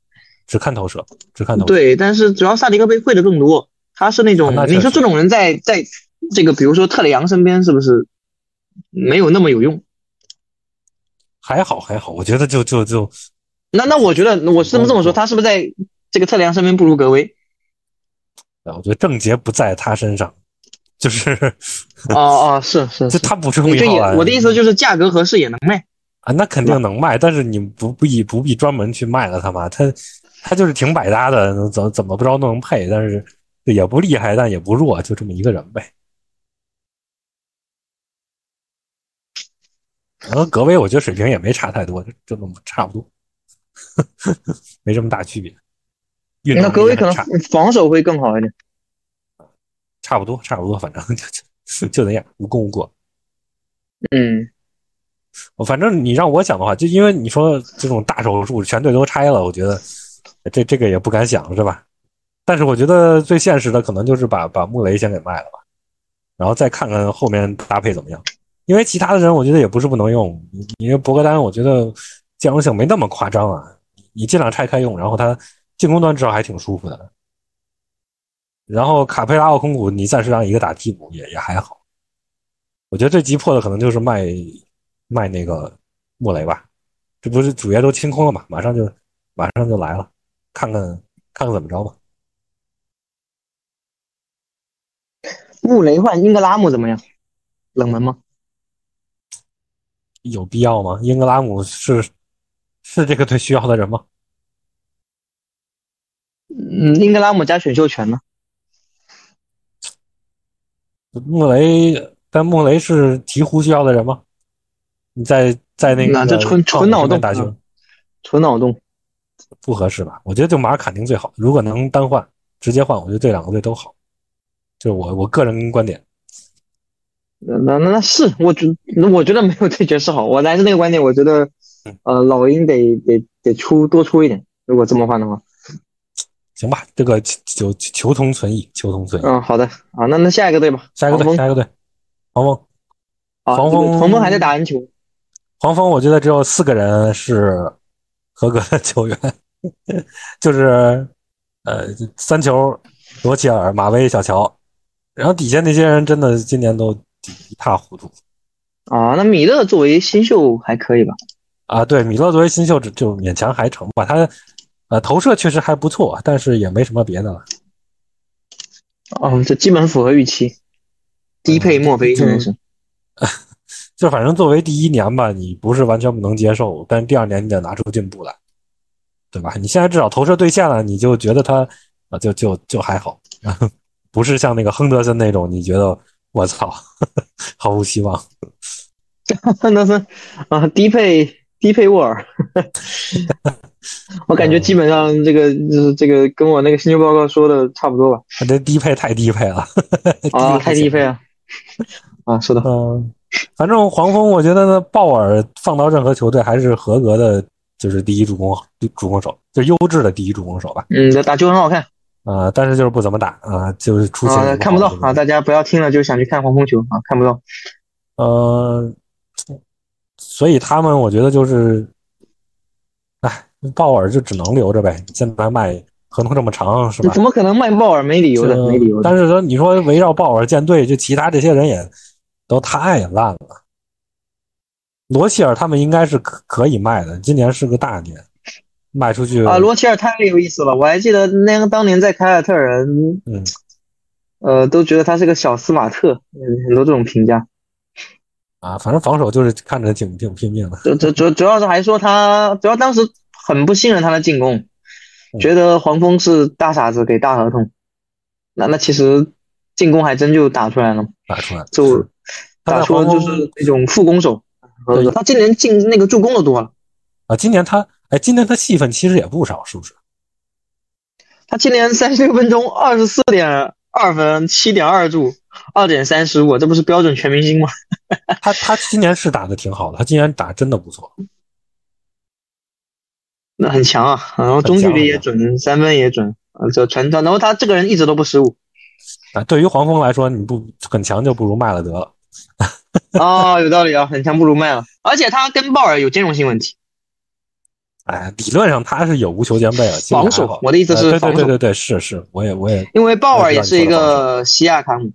Speaker 1: 只看投射，只看投射，
Speaker 2: 对，但是主要萨迪克贝会的更多，他是那种
Speaker 1: 啊那确
Speaker 2: 你说
Speaker 1: 实
Speaker 2: 这种人在在这个比如说特雷杨身边是不是没有那么有用？
Speaker 1: 还好还好，我觉得就就就
Speaker 2: 那那我觉得我是这么这么说，他是不是在这个特雷杨身边不如格威？
Speaker 1: 呃我觉得症结不在他身上，就是
Speaker 2: 哦哦，是是，
Speaker 1: 就是他不是
Speaker 2: 你
Speaker 1: 会
Speaker 2: 这
Speaker 1: 好啊嗯
Speaker 2: 也
Speaker 1: 篮
Speaker 2: 我的意思就是价格合适也能卖。
Speaker 1: 啊，那肯定能卖，但是你不不以不必专门去卖了他嘛，他他就是挺百搭的，怎怎么不着都能配，但是也不厉害，但也不弱，就这么一个人呗。然后格威，我觉得水平也没差太多，就就那么差不多， 没什么大区别。运动
Speaker 2: 哎那格威
Speaker 1: 力
Speaker 2: 可能
Speaker 1: 差
Speaker 2: 防守会更好一点。
Speaker 1: 差不多， 差不多，反正就就就那样，无功无过。
Speaker 2: 嗯，
Speaker 1: 反正你让我想的话，就因为你说这种大手术全队都拆了，我觉得这这个也不敢想，是吧？但是我觉得最现实的可能就是把把穆雷先给卖了吧，然后再看看后面搭配怎么样。因为其他的人我觉得也不是不能用，你你博格丹我觉得兼容性没那么夸张啊，你尽量拆开用，然后他进攻端至少还挺舒服的。然后卡佩拉、奥空谷，你暂时让一个打替补也也还好。我觉得最急迫的可能就是卖卖那个穆雷吧，这不是主页都清空了嘛，马上就马上就来了，看看看看怎么着吧。
Speaker 2: 穆雷换英格拉姆怎么样？冷门吗？
Speaker 1: 有必要吗？英格拉姆是是这个队需要的人吗？
Speaker 2: 嗯，英格拉姆加选秀权呢？
Speaker 1: 穆雷，但穆雷是鹈鹕需要的人吗？你在在那个
Speaker 2: 那这纯纯脑洞
Speaker 1: 大
Speaker 2: 啊
Speaker 1: 学
Speaker 2: 纯脑洞，
Speaker 1: 不合适吧？我觉得就马尔卡宁最好，如果能单换直接换，我觉得这两个队都好。就我我个人观点，
Speaker 2: 那呃那那那是我觉，我觉得没有 对爵士好。我还是那个观点，我觉得，
Speaker 1: 嗯
Speaker 2: 呃，老鹰得得得出多出一点，如果这么换的话。
Speaker 1: 行吧？这个求求求同存异，求同存异。
Speaker 2: 嗯，好的，好，那那下一个队吧，
Speaker 1: 下一个
Speaker 2: 黄
Speaker 1: 队，
Speaker 2: 蜂
Speaker 1: 下一个队，黄蜂。
Speaker 2: 啊，
Speaker 1: 黄蜂
Speaker 2: 这个黄蜂还在打篮球，
Speaker 1: 黄蜂我觉得只有四个人是合格的球员， 就是呃三球、罗齐尔、马威、小乔，然后底下那些人真的今年都一塌糊涂
Speaker 2: 啊，那米勒作为新秀还可以吧？
Speaker 1: 啊。对，米勒作为新秀只就勉强还成吧，他呃投射确实还不错，但是也没什么别的了。
Speaker 2: 嗯，这基本符合预期。低配墨
Speaker 1: 嗯
Speaker 2: 菲现在是，
Speaker 1: 就反正作为第一年吧，你不是完全不能接受，但第二年你得拿出进步来，对吧？你现在至少投射兑现了，你就觉得他啊，就就就还好， 不是像那个亨德森那种，你觉得我操， 毫无希望。
Speaker 2: 那是啊，低配低配沃尔， 我感觉基本上这个就是这个跟我那个新秀报告说的差不多吧。
Speaker 1: 他这低配太低配了，
Speaker 2: 啊，太低配
Speaker 1: 了。
Speaker 2: 了。啊，是的，
Speaker 1: 嗯，反正黄蜂，我觉得呢，鲍尔放到任何球队还是合格的，就是第一助攻主攻手，就优质的第一助攻手吧。
Speaker 2: 嗯，打球很好看
Speaker 1: 啊、但是就是不怎么打啊、就是出勤也
Speaker 2: 啊，
Speaker 1: 好
Speaker 2: 看不到
Speaker 1: 对吧
Speaker 2: 啊，大家不要听了就想去看黄蜂球啊，看不到。
Speaker 1: 呃，所以他们我觉得就是，哎，鲍尔就只能留着呗。现在卖合同这么长，是吧？
Speaker 2: 怎么可能卖鲍尔？没理由的，
Speaker 1: 这
Speaker 2: 没理由的。
Speaker 1: 但是说你说围绕鲍尔建队，就其他这些人也都太烂了。罗齐尔他们应该是可可以卖的，今年是个大年，卖出去
Speaker 2: 啊，罗齐尔太有意思了，我还记得那个当年在凯尔特人，
Speaker 1: 嗯，
Speaker 2: 呃，都觉得他是个小斯马特，嗯很多这种评价。
Speaker 1: 啊，反正防守就是看着挺挺拼命的。
Speaker 2: 主主主主要是还说他，主要当时很不信任他的进攻，
Speaker 1: 嗯
Speaker 2: 觉得黄蜂是大傻子给大合同。那那其实进攻还真就打出来了，
Speaker 1: 打出来
Speaker 2: 就是
Speaker 1: 他
Speaker 2: 打
Speaker 1: 在
Speaker 2: 出了
Speaker 1: 黄
Speaker 2: 就
Speaker 1: 蜂
Speaker 2: 是那种副攻手。
Speaker 1: 对
Speaker 2: 他今年进那个助攻的多了，
Speaker 1: 啊，今年他哎，今年他戏份其实也不少，是不是？
Speaker 2: 他今年三十六分钟二十四点二分，七点二助，二点三十五，这不是标准全明星吗？
Speaker 1: 他他今年是打的挺好的，他今年打真的不错。
Speaker 2: 那很强啊，然后中距离也准，三分也准，啊，这传传，然后他这个人一直都不失误
Speaker 1: 啊，对于黄蜂来说，你不很强就不如卖了得了。
Speaker 2: 啊、有道理啊，很强不如卖了，而且他跟鲍尔有兼容性问题，
Speaker 1: 哎，理论上他是有无球兼备了，其实
Speaker 2: 防
Speaker 1: 还
Speaker 2: 守
Speaker 1: 好，
Speaker 2: 我的意思
Speaker 1: 呃
Speaker 2: 是
Speaker 1: 对
Speaker 2: 防
Speaker 1: 对
Speaker 2: 守，
Speaker 1: 对对对，是是，我也我也，
Speaker 2: 因为鲍尔也是一个西亚卡姆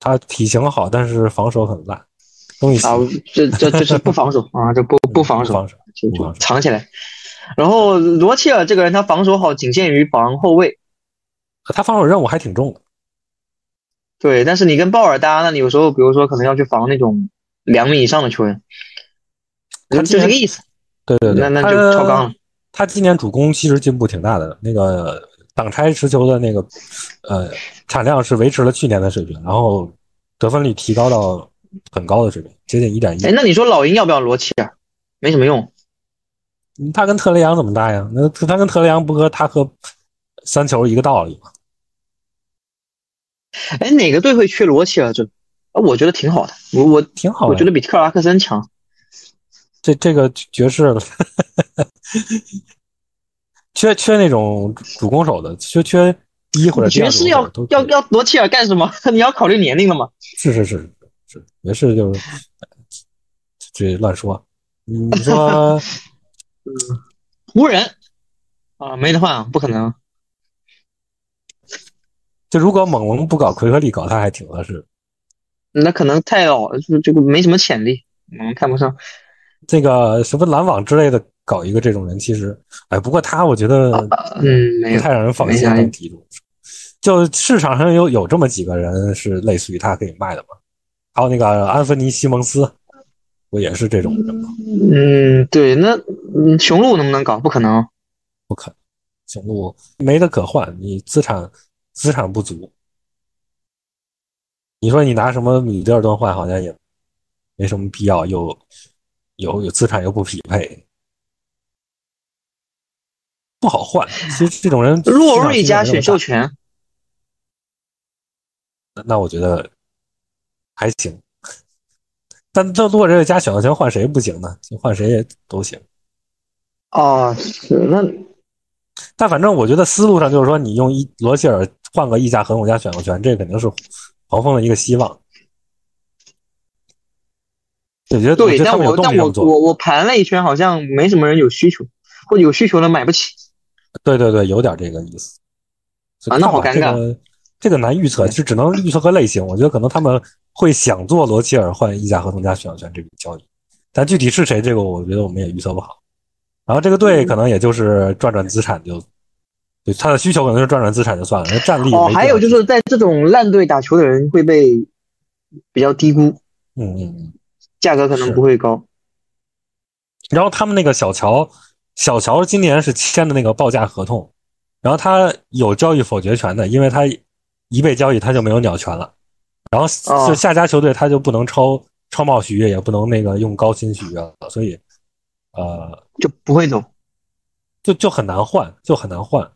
Speaker 1: 他体型好，但是防守很烂，东契奇
Speaker 2: 啊，这这这是不防守啊，这不不防守
Speaker 1: 防守
Speaker 2: 就
Speaker 1: 嗯不
Speaker 2: 就
Speaker 1: 防守
Speaker 2: 藏起来，然后罗切尔这个人他防守好，仅限于防后卫。
Speaker 1: 他防守任务还挺重的。
Speaker 2: 对，但是你跟鲍尔搭，那你有时候比如说可能要去防那种两米以上的球员，
Speaker 1: 他
Speaker 2: 就
Speaker 1: 今
Speaker 2: 这
Speaker 1: 年
Speaker 2: 个意思。
Speaker 1: 对对对，
Speaker 2: 那那
Speaker 1: 他
Speaker 2: 就超纲了。
Speaker 1: 他今年主攻其实进步挺大的，那个挡拆持球的那个呃产量是维持了去年的水平，然后得分率提高到很高的水平，接近一点一
Speaker 2: 哎，。那你说老鹰要不要罗齐尔？没什么用，
Speaker 1: 嗯他跟特雷杨怎么搭呀？那他跟特雷杨不和他和三球一个道理吗？
Speaker 2: 哎，哪个队会缺罗齐尔这？啊我觉得挺好的，我我
Speaker 1: 挺好的。
Speaker 2: 我觉得比克拉克森强。
Speaker 1: 这这个爵士了，缺缺那种主攻手的，缺缺一或者第
Speaker 2: 爵
Speaker 1: 二
Speaker 2: 士
Speaker 1: 主攻手都
Speaker 2: 要
Speaker 1: 可以
Speaker 2: 要要罗切尔干什么？ 你要考虑年龄的嘛？
Speaker 1: 是是是是，爵士就是这乱说。你说
Speaker 2: 湖人啊，没得换，不可能。
Speaker 1: 就如果猛龙不搞奎克利，搞他还挺合适的。
Speaker 2: 那可能太老了，就这个没什么潜力，嗯，看不上。
Speaker 1: 这个什么篮网之类的，搞一个这种人，其实，哎，不过他我觉得
Speaker 2: 嗯，没
Speaker 1: 不
Speaker 2: 有。
Speaker 1: 太让人放心
Speaker 2: 没啥
Speaker 1: 能提住。就市场上有有这么几个人是类似于他可以卖的嘛？还有那个安芬尼·西蒙斯，不也是这种人吗？
Speaker 2: 嗯，对，那嗯雄鹿能不能搞？不可能。
Speaker 1: 雄鹿没得可换，你资产资产不足。你说你拿什么米德尔顿换，好像也没什么必要，又有有资产又不匹配，不好换。其实这种人
Speaker 2: 洛瑞加
Speaker 1: 市场竞争那么
Speaker 2: 选秀权，
Speaker 1: 大，那我觉得还行。但这洛瑞加选秀权换谁不行呢？就换谁也都行。
Speaker 2: 哦，是那
Speaker 1: 但反正我觉得思路上就是说，你用一罗切尔换个意甲和我家选秀权，这肯定是黄蜂的一个希望。我觉得我
Speaker 2: 对，
Speaker 1: 觉得他
Speaker 2: 但
Speaker 1: 们有
Speaker 2: 我
Speaker 1: 动
Speaker 2: 但
Speaker 1: 力这
Speaker 2: 我
Speaker 1: 么做。
Speaker 2: 我我盘了一圈，好像没什么人有需求，或者有需求的买不起。
Speaker 1: 对对对，有点这个意思。
Speaker 2: 啊那好尴尬嗯
Speaker 1: 这个这个难预测，就只能预测个类型。我觉得可能他们会想做罗切尔换意甲合同加选秀权这笔交易，但具体是谁，这个我觉得我们也预测不好。然后这个队
Speaker 2: 嗯
Speaker 1: 可能也就是赚赚资产就，对他的需求可能是赚赚资产就算了，那战力
Speaker 2: 哦，
Speaker 1: 没
Speaker 2: 还有
Speaker 1: 多
Speaker 2: 就
Speaker 1: 少
Speaker 2: 是在这种烂队打球的人会被比较低估，
Speaker 1: 嗯嗯嗯。
Speaker 2: 价格可能
Speaker 1: 是
Speaker 2: 不会高。
Speaker 1: 然后他们那个小乔，小乔今年是签的那个报价合同，然后他有交易否决权的，因为他一被交易他就没有鸟权了，然后
Speaker 2: 哦
Speaker 1: 就下家球队他就不能超超帽续约，也不能那个用高薪续约了，所以呃，
Speaker 2: 就不会走。
Speaker 1: 就就很难换，就很难换，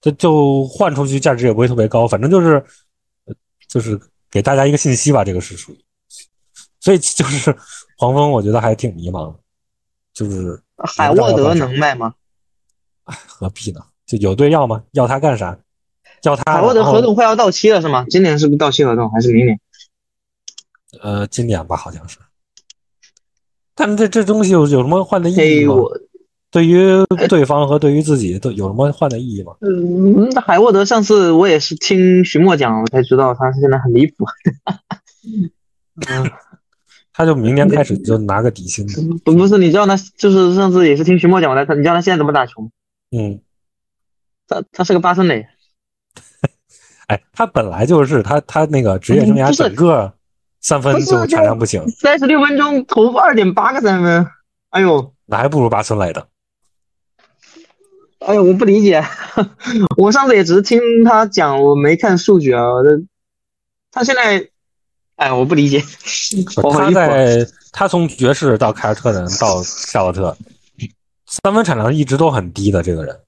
Speaker 1: 就就换出去价值也不会特别高，反正就是呃就是给大家一个信息吧，这个是属于，所以就是黄蜂，我觉得还挺迷茫的，就是
Speaker 2: 海沃德能卖吗？
Speaker 1: 何必呢？就有队要吗？要他干啥？要他
Speaker 2: 海沃德
Speaker 1: 然后
Speaker 2: 合同快要到期了是吗？今年是不是到期合同还是明年？
Speaker 1: 呃，今年吧，好像是。但这这东西有有什么换的意义
Speaker 2: 嘿，
Speaker 1: 吗？
Speaker 2: 我
Speaker 1: 对于对方和对于自己都有什么换的意义吗？
Speaker 2: 嗯，那海沃德上次我也是听徐墨讲，我才知道他现在很离谱。啊
Speaker 1: 他就明年开始就拿个底薪，
Speaker 2: 不不是，你知道他就是上次也是听徐墨讲，我才看，你知道他现在怎么打球吗？
Speaker 1: 嗯，
Speaker 2: 他他是个八分垒，
Speaker 1: 哎，他本来就是他他那个职业生
Speaker 2: 嗯
Speaker 1: 涯
Speaker 2: 就是
Speaker 1: 整个三分
Speaker 2: 不是
Speaker 1: 就产量不行，
Speaker 2: 三十六分钟投二点八个三分，哎呦
Speaker 1: 那还不如八村垒的。
Speaker 2: 哎呦，我不理解。 我上次也只是听他讲，我没看数据啊。我这他现在，哎，我不理解，我很
Speaker 1: 他
Speaker 2: 离谱啊。
Speaker 1: 在他从爵士到凯尔特人到夏洛特，三分产量一直都很低的这个人，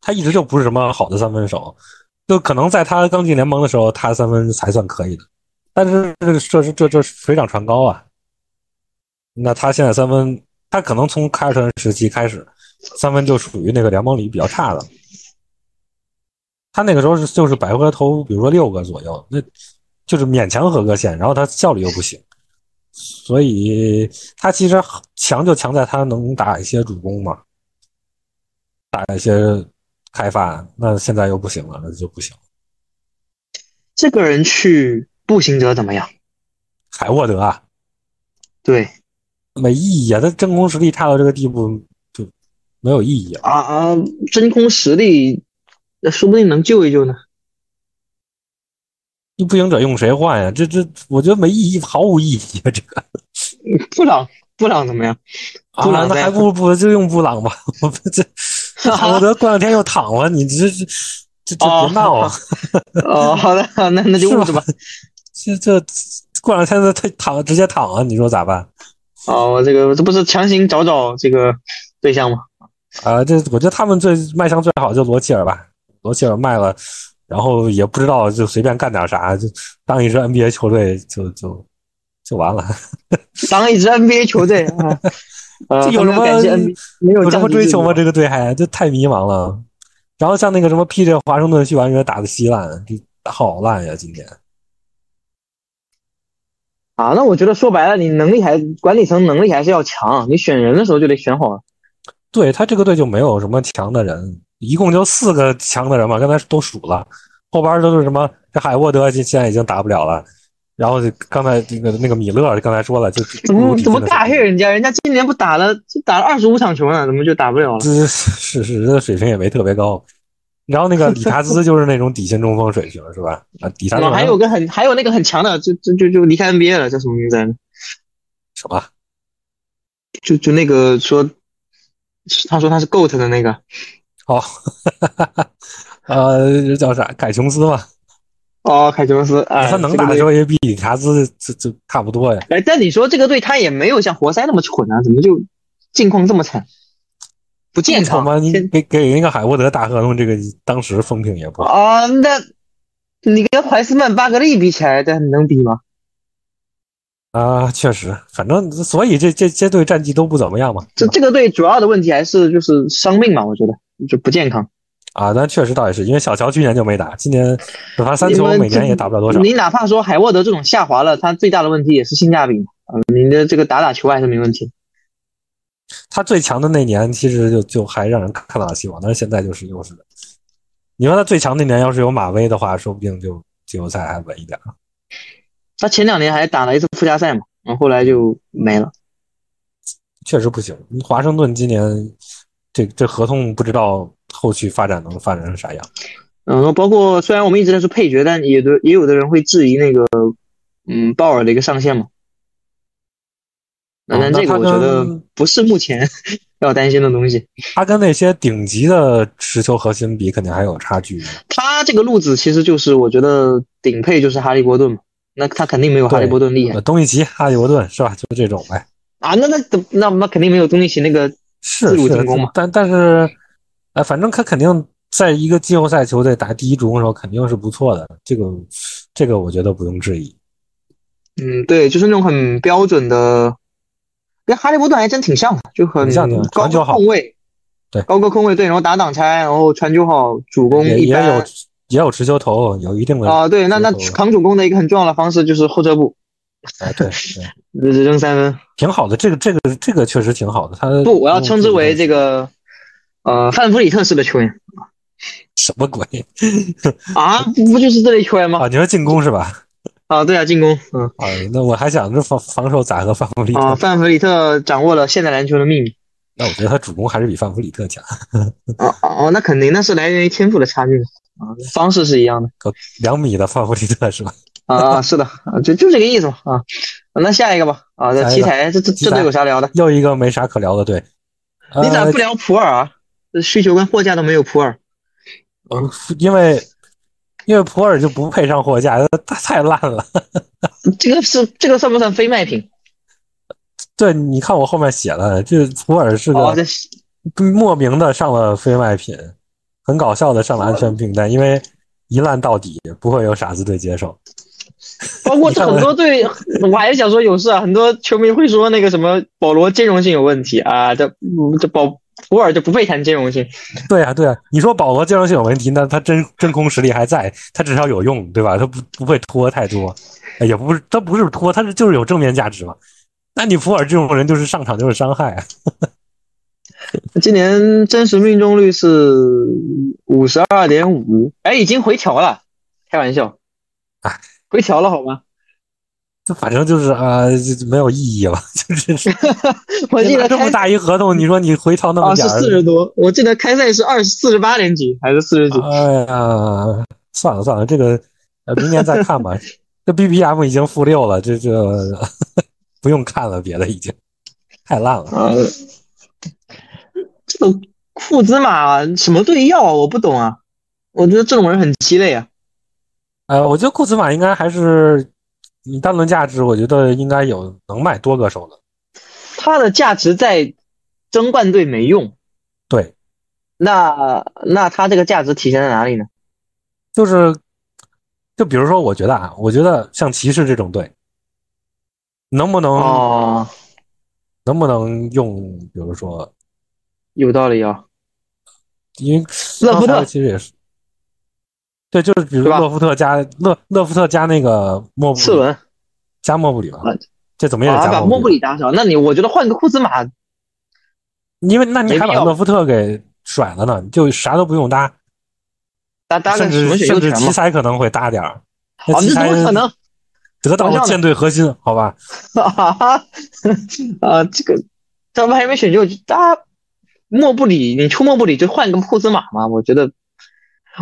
Speaker 1: 他一直就不是什么好的三分手，就可能在他刚进联盟的时候，他三分还算可以的，但是这这这这水涨船高啊。那他现在三分，他可能从凯尔特人时期开始，三分就属于那个联盟里比较差的。他那个时候是就是百回合投，比如说六个左右，那就是勉强合格线，然后他效率又不行，所以他其实强就强在他能打一些主攻嘛，打一些开发，那现在又不行了，那就不行。
Speaker 2: 这个人去步行者怎么样？
Speaker 1: 海沃德啊，
Speaker 2: 对
Speaker 1: 没意义啊，他真空实力差到这个地步就没有意义了。
Speaker 2: 啊啊，真空实力，那说不定能救一救呢。
Speaker 1: 你步行者用谁换呀、这这我觉得没意义，毫无意义啊！这个
Speaker 2: 布朗，布朗怎么样？
Speaker 1: 啊
Speaker 2: 布，朗
Speaker 1: 那
Speaker 2: 呗
Speaker 1: 还不如不就用布朗吧？我们 这海沃德过两天又躺了，你这这这这
Speaker 2: 哦
Speaker 1: 别闹啊！
Speaker 2: 哦，好的，好 那那就捂着吧。
Speaker 1: 这 这过两天他他躺直接躺啊，你说咋办
Speaker 2: 哦，我这个这不是强行找找这个对象吗？
Speaker 1: 啊、这我觉得他们最卖相最好就罗切尔吧，罗切尔卖了，然后也不知道就随便干点啥，就当一支 NBA 球队就就就完了。
Speaker 2: 当一支 NBA 球队啊，
Speaker 3: 呃，
Speaker 1: 这有什么
Speaker 3: 他没感谢 NBA 没有
Speaker 1: 有什
Speaker 3: 价
Speaker 1: 么
Speaker 3: 值
Speaker 1: 追求吗？
Speaker 3: 这
Speaker 1: 这个队还这太迷茫了。然后像那个什么 PJ 华盛顿去完全打的稀烂，这好烂呀！今年
Speaker 2: 啊，那我觉得说白了，你能力还管理层能力还是要强，你选人的时候就得选好。
Speaker 1: 对他这个队就没有什么强的人，一共就四个强的人嘛，刚才都数了，后边都是什么？这海沃德现现在已经打不了了，然后就刚才那个那个米勒刚才说了，就
Speaker 2: 怎么怎么大黑
Speaker 1: 黑人？
Speaker 2: 人家？人家今年不打了，就打了二十五场球呢，怎么就打不了了？
Speaker 1: 这是 是这水平也没特别高。然后那个理查兹就是那种底线中锋水平是吧？啊，底查
Speaker 2: 怎
Speaker 1: 兹
Speaker 2: 么还有个很还有那个很强的，就就就就离开 NBA 了，叫什么名字来着？
Speaker 1: 什么？
Speaker 2: 就就那个说，他说他是 GOAT 的那个
Speaker 1: 哦，呃，这叫啥？凯琼斯嘛，
Speaker 2: 哦，凯琼斯啊，哎
Speaker 1: 他能打的时候也比理查兹这这差不多呀。
Speaker 2: 哎，但你说这个队他也没有像活塞那么蠢啊，怎么就境况这么惨？不健
Speaker 1: 他
Speaker 2: 康
Speaker 1: 妈你
Speaker 2: 现
Speaker 1: 给给那个海沃德大合同，这个当时风评也不好。
Speaker 2: 啊？那你跟怀斯曼、巴格利比起来，这能比吗？
Speaker 1: 啊，确实，反正所以这这这队战绩都不怎么样嘛。
Speaker 2: 这这个队主要的问题还是就是伤病嘛，我觉得就不健康。
Speaker 1: 啊，但确实倒也是，因为小乔去年就没打，今年哪怕三球
Speaker 2: 你们
Speaker 1: 每年也打不了多少。
Speaker 2: 你哪怕说海沃德这种下滑了，他最大的问题也是性价比啊，你的这个打打球还是没问题。
Speaker 1: 他最强的那年其实就就还让人看到了希望，但是现在就是又是，你说他最强那年要是有马威的话，说不定就季后赛还稳一点。
Speaker 2: 他前两年还打了一次附加赛嘛，然后后来就没了。
Speaker 1: 确实不行。华盛顿今年这这合同不知道后续发展能发展成啥样。
Speaker 2: 嗯，然后包括虽然我们一直在说配角，但也都也有的人会质疑那个嗯鲍尔的一个上限嘛。那
Speaker 1: 哦
Speaker 2: 但
Speaker 1: 那
Speaker 2: 这个
Speaker 1: 他
Speaker 2: 我觉得
Speaker 1: 跟
Speaker 2: 不是目前 要担心的东西。
Speaker 1: 他跟那些顶级的持球核心比，肯定还有差距。
Speaker 2: 他这个路子其实就是我觉得顶配就是哈利波顿嘛，那他肯定没有哈利波顿厉害
Speaker 1: 呃东契奇、哈利伯顿是吧？就这种呗。
Speaker 2: 啊。那那怎那那肯定没有东契奇那个
Speaker 1: 是
Speaker 2: 自主
Speaker 1: 是
Speaker 2: 进攻嘛，
Speaker 1: 但但是，呃，反正他肯定在一个季后赛球队打第一主攻的时候，肯定是不错的。这个这个我觉得不用质疑。
Speaker 2: 嗯，对，就是那种很标准的，跟哈利波顿还真挺像的，就很
Speaker 1: 挺像的
Speaker 2: 高
Speaker 1: 传球
Speaker 2: 个
Speaker 1: 好
Speaker 2: 控卫，
Speaker 1: 对
Speaker 2: 高个控卫，对，然后打挡拆，然后传球好，主攻
Speaker 1: 也
Speaker 2: 一
Speaker 1: 也有
Speaker 2: 般
Speaker 1: 也有持球头，有一定的
Speaker 2: 啊，对，那那
Speaker 1: 持球头
Speaker 2: 扛主攻的一个很重要的方式就是后撤步，
Speaker 1: 哎对对，
Speaker 2: 扔扔三分。
Speaker 1: 挺好的。这个这个这个确实挺好的。他
Speaker 2: 不，我要称
Speaker 1: 嗯
Speaker 2: 之为这个呃范弗里特式的球员
Speaker 1: 什么鬼
Speaker 2: 啊，不就是这类球员吗
Speaker 1: 啊？？你说进攻是吧？
Speaker 2: 啊，对啊，进攻，嗯
Speaker 1: 啊，那我还想着防防守咋和范弗里特？
Speaker 2: 啊，范弗里特掌握了现代篮球的秘密。
Speaker 1: 那我觉得他主攻还是比范弗里特强，
Speaker 2: 哦哦，那肯定，那是来源于天赋的差距啊，方式是一样的。
Speaker 1: 两米的范弗里特是吧？
Speaker 2: 啊，啊，是的，啊，就就这个意思嘛啊。那下一个吧，啊，这
Speaker 1: 下一
Speaker 2: 奇
Speaker 1: 个
Speaker 2: 才这这
Speaker 1: 奇
Speaker 2: 这
Speaker 1: 才
Speaker 2: 都有啥聊的？
Speaker 1: 又一个没啥可聊的队。呃
Speaker 2: 你咋不聊普尔啊？这需求跟货架都没有普尔。
Speaker 1: 呃因为因为普尔就不配上货架，他太烂了。
Speaker 2: 这个是这个算不算非卖品？
Speaker 1: 对，你看我后面写了，这普尔是
Speaker 2: 哦，
Speaker 1: 个
Speaker 2: 这
Speaker 1: 莫名的上了非卖品，很搞笑的上了安全病单，因为一烂到底，不会有傻子队接受。
Speaker 2: 包括
Speaker 1: 你看
Speaker 2: 很多队，我还是想说有事啊。很多球迷会说那个什么保罗兼容性有问题啊，这嗯这保普尔就不配谈兼容性。
Speaker 1: 对啊，对啊，你说保罗兼容性有问题，那他真真空实力还在，他至少有用，对吧？他不不会拖太多，哎也不是他不是拖，他是就是有正面价值嘛。那你普尔这种人就是上场就是伤害啊，
Speaker 2: 今年真实命中率是五十二点五，哎，已经回调了，开玩笑
Speaker 1: 哎，
Speaker 2: 回调了好吗？
Speaker 1: 这反正就是啊、就没有意义了， 就是是
Speaker 2: 我记得
Speaker 1: 这
Speaker 2: 开
Speaker 1: 么大一合同，你说你回调那么
Speaker 2: 啊，
Speaker 1: 点
Speaker 2: 是
Speaker 1: 儿，
Speaker 2: 四十多，我记得开赛是二四十八点几还是四十几？
Speaker 1: 啊哎呀，算了算了，这个呃明年再看吧。这 BPM 已经负六了，这这不用看了，别的已经太烂了。
Speaker 2: 啊，这种库兹马什么队要啊？我不懂啊，我觉得这种人很鸡肋啊。
Speaker 1: 呃，我觉得库兹马应该还是以单轮价值，我觉得应该有能卖多个手的。
Speaker 2: 他的价值在争冠队没用，
Speaker 1: 对，
Speaker 2: 那那他这个价值体现在哪里呢？
Speaker 1: 就是就比如说，我觉得哦啊，我觉得像骑士这种队，能不能
Speaker 2: 哦，
Speaker 1: 能不能用，比如说，
Speaker 2: 有道理啊。
Speaker 1: 因为
Speaker 2: 勒夫特
Speaker 1: 刚才其实也是，对，就是比如
Speaker 2: 对吧
Speaker 1: 勒夫特加勒勒夫特加那个莫布
Speaker 2: 次
Speaker 1: 里
Speaker 2: 轮
Speaker 1: 加莫布里吧
Speaker 2: 啊，
Speaker 1: 这怎么也得
Speaker 2: 啊，
Speaker 1: 加
Speaker 2: 把莫布
Speaker 1: 里，
Speaker 2: 里打少，那你我觉得换个库兹马，
Speaker 1: 因为那你
Speaker 2: 没
Speaker 1: 还把
Speaker 2: 必要
Speaker 1: 勒夫特给甩了呢，你就啥都不用搭，
Speaker 2: 搭搭
Speaker 1: 甚
Speaker 2: 个什
Speaker 1: 至
Speaker 2: 么选
Speaker 1: 甚
Speaker 2: 秀
Speaker 1: 至
Speaker 2: 权
Speaker 1: 奇
Speaker 2: 嘛？
Speaker 1: 才可能会搭点儿，那
Speaker 2: 好，
Speaker 1: 奇
Speaker 2: 哦这怎
Speaker 1: 才
Speaker 2: 么可能？
Speaker 1: 得到了舰队核心，好吧？
Speaker 2: 哈哈， 啊，这个咱们还没选秀，大家莫布里，你出莫布里就换个库兹马嘛。我觉得，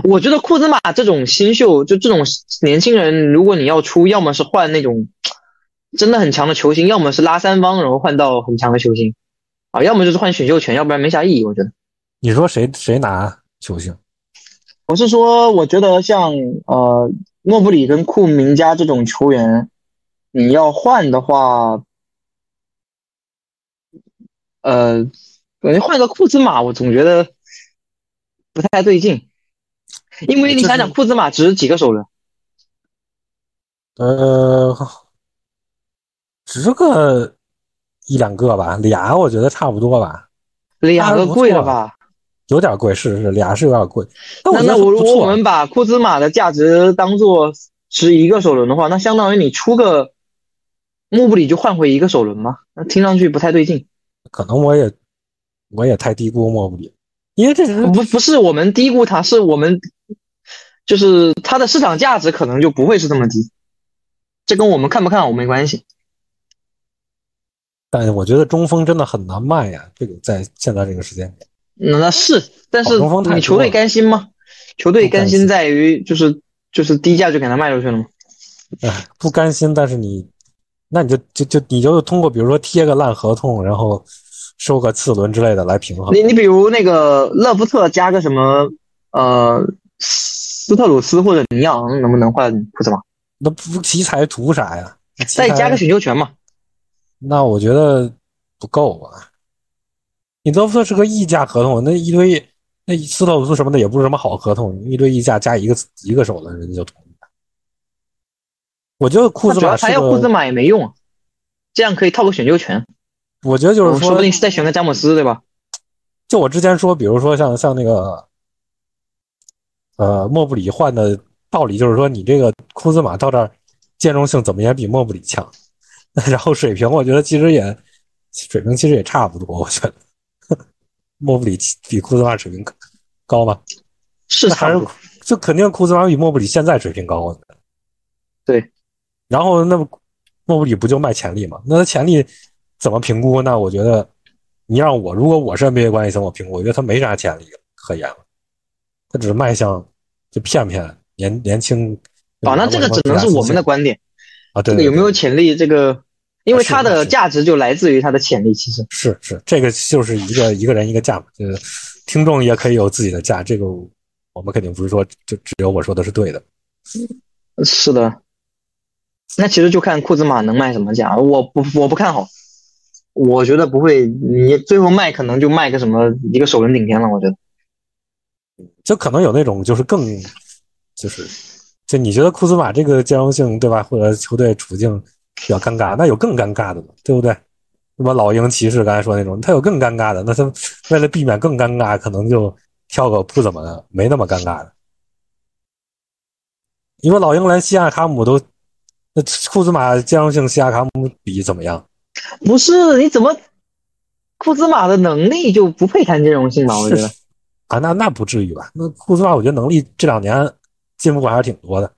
Speaker 2: 我觉得库兹马这种新秀，就这种年轻人，如果你要出，要么是换那种真的很强的球星，要么是拉三方然后换到很强的球星，啊，要么就是换选秀权，要不然没啥意义。我觉得，
Speaker 1: 你说谁谁拿球星？
Speaker 2: 我是说，我觉得像呃莫布里跟库明加这种球员，你要换的话，呃，感觉换个库兹马，我总觉得不太对劲，因
Speaker 1: 哎
Speaker 2: 为你想想，库兹马只是几个首轮，
Speaker 1: 呃，值个一两个吧，俩我觉得差不多吧，哎
Speaker 2: 两个贵了吧？
Speaker 1: 有点贵，是是，俩是有点贵，但啊我觉
Speaker 2: 那
Speaker 1: 得
Speaker 2: 那我
Speaker 1: 不
Speaker 2: 如果
Speaker 1: 错啊
Speaker 2: 我。们把库兹马的价值当做是一个首轮的话，那相当于你出个莫布里就换回一个首轮嘛？那听上去不太对劲。
Speaker 1: 可能我也我也太低估莫布里，因为这是
Speaker 2: 呃不不是我们低估它，是我们就是它的市场价值可能就不会是这么低，这跟我们看不看好没关系。
Speaker 1: 但我觉得中锋真的很难卖呀，这个在现在这个时间点，
Speaker 2: 那那是，但是
Speaker 1: 中哦锋太多了
Speaker 2: 你球队甘心吗？球队甘
Speaker 1: 不甘心
Speaker 2: 心在于就是就是低价就给它卖出去了吗？
Speaker 1: 唉，哎不甘心，但是你那你就就就你就通过比如说贴个烂合同，然后收个次轮之类的来平衡。
Speaker 2: 你你比如那个勒夫特加个什么呃斯特鲁斯或者尼昂能不能换库兹马？
Speaker 1: 那不奇才图啥呀？奇
Speaker 2: 再
Speaker 1: 才
Speaker 2: 加个选秀权嘛？
Speaker 1: 那我觉得不够吧。你勒夫特是个溢价合同，那一堆那斯特鲁斯什么的也不是什么好合同，一堆溢价加一个一个手的人家就同意了。我觉得库
Speaker 2: 那
Speaker 1: 兹
Speaker 2: 主要
Speaker 1: 马是
Speaker 2: 他要库兹
Speaker 1: 个，
Speaker 2: 马也没用啊，这样可以套个选秀权，
Speaker 1: 我觉得就是
Speaker 2: 说
Speaker 1: 说
Speaker 2: 不，定再选个詹姆斯对吧？
Speaker 1: 就我之前说，比如说像像那个，呃，莫布里换的道理就是说，你这个库兹马到这儿兼容性怎么也比莫布里强， 然后水平我觉得其实也水平其实也差不多，我觉得 莫布里比库兹马水平高高吗？
Speaker 2: 是
Speaker 1: 那还
Speaker 2: 差
Speaker 1: 是
Speaker 2: 不多。
Speaker 1: 就肯定库兹马比莫布里现在水平高，我觉得。
Speaker 2: 对，
Speaker 1: 然后那么莫布里不就卖潜力嘛？那他潜力怎么评估？那我觉得你让我，如果我是 NBA 管理层，我评估，我觉得他没啥潜力可言了，他只是卖向就骗骗年年轻。
Speaker 2: 啊，那这个只能是我们的观点，
Speaker 1: 啊，对
Speaker 2: 这
Speaker 1: 对
Speaker 2: 个有没有
Speaker 1: 对
Speaker 2: 潜力？这个，因为
Speaker 1: 是
Speaker 2: 它
Speaker 1: 的
Speaker 2: 的
Speaker 1: 是
Speaker 2: 价值就来自于它的潜力。其实，
Speaker 1: 是是这个就是一个一个人一个价嘛，就是听众也可以有自己的价，这个我们肯定不是说就只有我说的是对的。
Speaker 2: 是的。那其实就看库兹马能卖什么价，我不我不看好，我觉得不会，你最后卖可能就卖个什么一个首轮顶天了，我觉得。
Speaker 1: 就可能有那种就是更就是就你觉得库兹马这个兼容性对吧，或者球队处境比较尴尬，那有更尴尬的嘛，对不对？什么老鹰骑士刚才说那种，他有更尴尬的，那他为了避免更尴尬，可能就挑个不怎么没那么尴尬的。因为老鹰连西亚卡姆都，那库兹马兼容性西亚卡姆比怎么样？
Speaker 2: 不是，你怎么库兹马的能力就不配谈兼容性吧？我觉
Speaker 1: 是
Speaker 2: 得
Speaker 1: 啊，那那不至于吧？那库兹马我觉得能力这两年进步还是挺多的。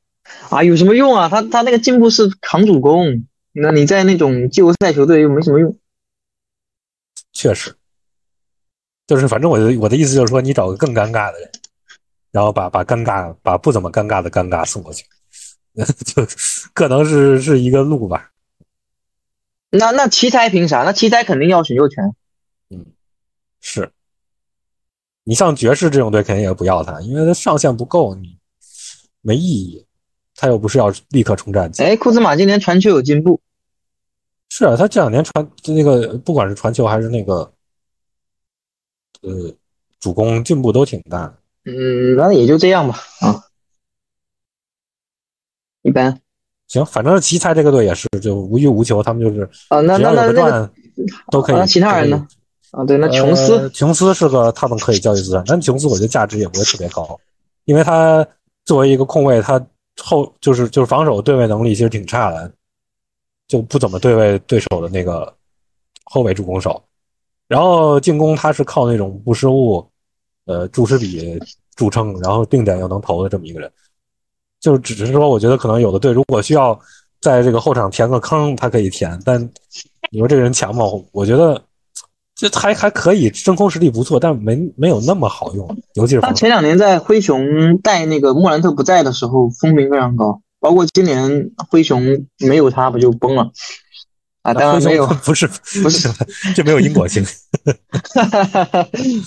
Speaker 2: 啊，有什么用啊？他他那个进步是扛主攻，那你在那种季后赛球队又没什么用。
Speaker 1: 确实，就是反正我的我的意思就是说，你找个更尴尬的人，然后把把尴尬把不怎么尴尬的尴尬送过去， 就可能是是一个路吧。
Speaker 2: 那那奇才凭啥？那奇才肯定要选秀权。
Speaker 1: 是，你像爵士这种队肯定也不要他，因为他上限不够，你没意义。他又不是要立刻冲战绩，
Speaker 2: 哎，库兹马今年传球有进步，
Speaker 1: 是啊，他这两年传就那个不管是传球还是那个，呃，主攻进步都挺大的。
Speaker 2: 嗯，那也就这样吧，啊，一般
Speaker 1: 行，反正奇才这个队也是就无欲无求，他们就是
Speaker 2: 啊，那
Speaker 1: 只
Speaker 2: 那
Speaker 1: 要有
Speaker 2: 那
Speaker 1: 个
Speaker 2: 那个
Speaker 1: 段都可以。
Speaker 2: 啊那其他人呢
Speaker 1: 都可以？
Speaker 2: 啊，对，那琼斯
Speaker 1: 呃琼斯是个他们可以交易资产，但琼斯我觉得价值也不会特别高，因为他作为一个控卫，他后就是就是防守对位能力其实挺差的，就不怎么对位对手的那个后卫助攻手。然后进攻他是靠那种不失误，呃，注失比著称，然后定点又能投的这么一个人。就只是说，我觉得可能有的队如果需要在这个后场填个坑，他可以填，但你说这个人强吗？我觉得这还还可以，真空实力不错，但没没有那么好用，尤其是
Speaker 2: 他
Speaker 1: 防守。
Speaker 2: 前两年在灰熊带那个莫兰特不在的时候风评非常高，包括今年灰熊没有他不就崩了啊？当然没有，
Speaker 1: 不是
Speaker 2: 不是，
Speaker 1: 这没有因 果性。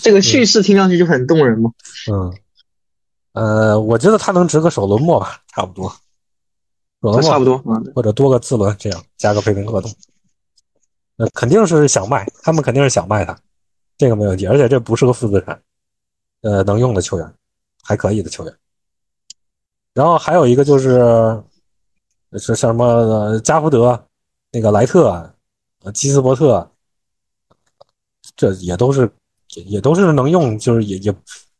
Speaker 2: 这个叙事听上去就很动人嘛。
Speaker 1: 嗯，呃，我觉得他能值个首轮末吧，差不多，首
Speaker 2: 这
Speaker 1: 轮末
Speaker 2: 差不多啊，
Speaker 1: 或者多个次轮这样加个培训合同。呃，肯定是想卖，他们肯定是想卖他，这个没问题。而且这不是个负资产，呃，能用的球员，还可以的球员。然后还有一个就是，是像什么呃加福德、那个莱特、呃基斯伯特，这也都是也也都是能用，就是也也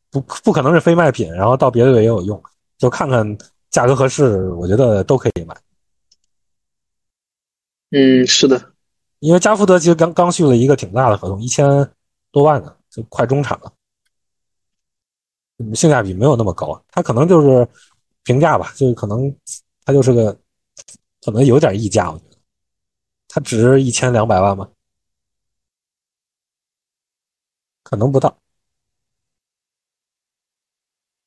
Speaker 1: 不不可能是非卖品，然后到别的队也有用，就看看价格合适，我觉得都可以买。
Speaker 2: 嗯，是的，
Speaker 1: 因为加福德其实刚刚续了一个挺大的合同，一千多万呢，就快中产了，嗯性价比没有那么高。啊他可能就是评价吧，就是可能他就是个可能有点溢价，我觉得他值一千两百万吗？可能不到。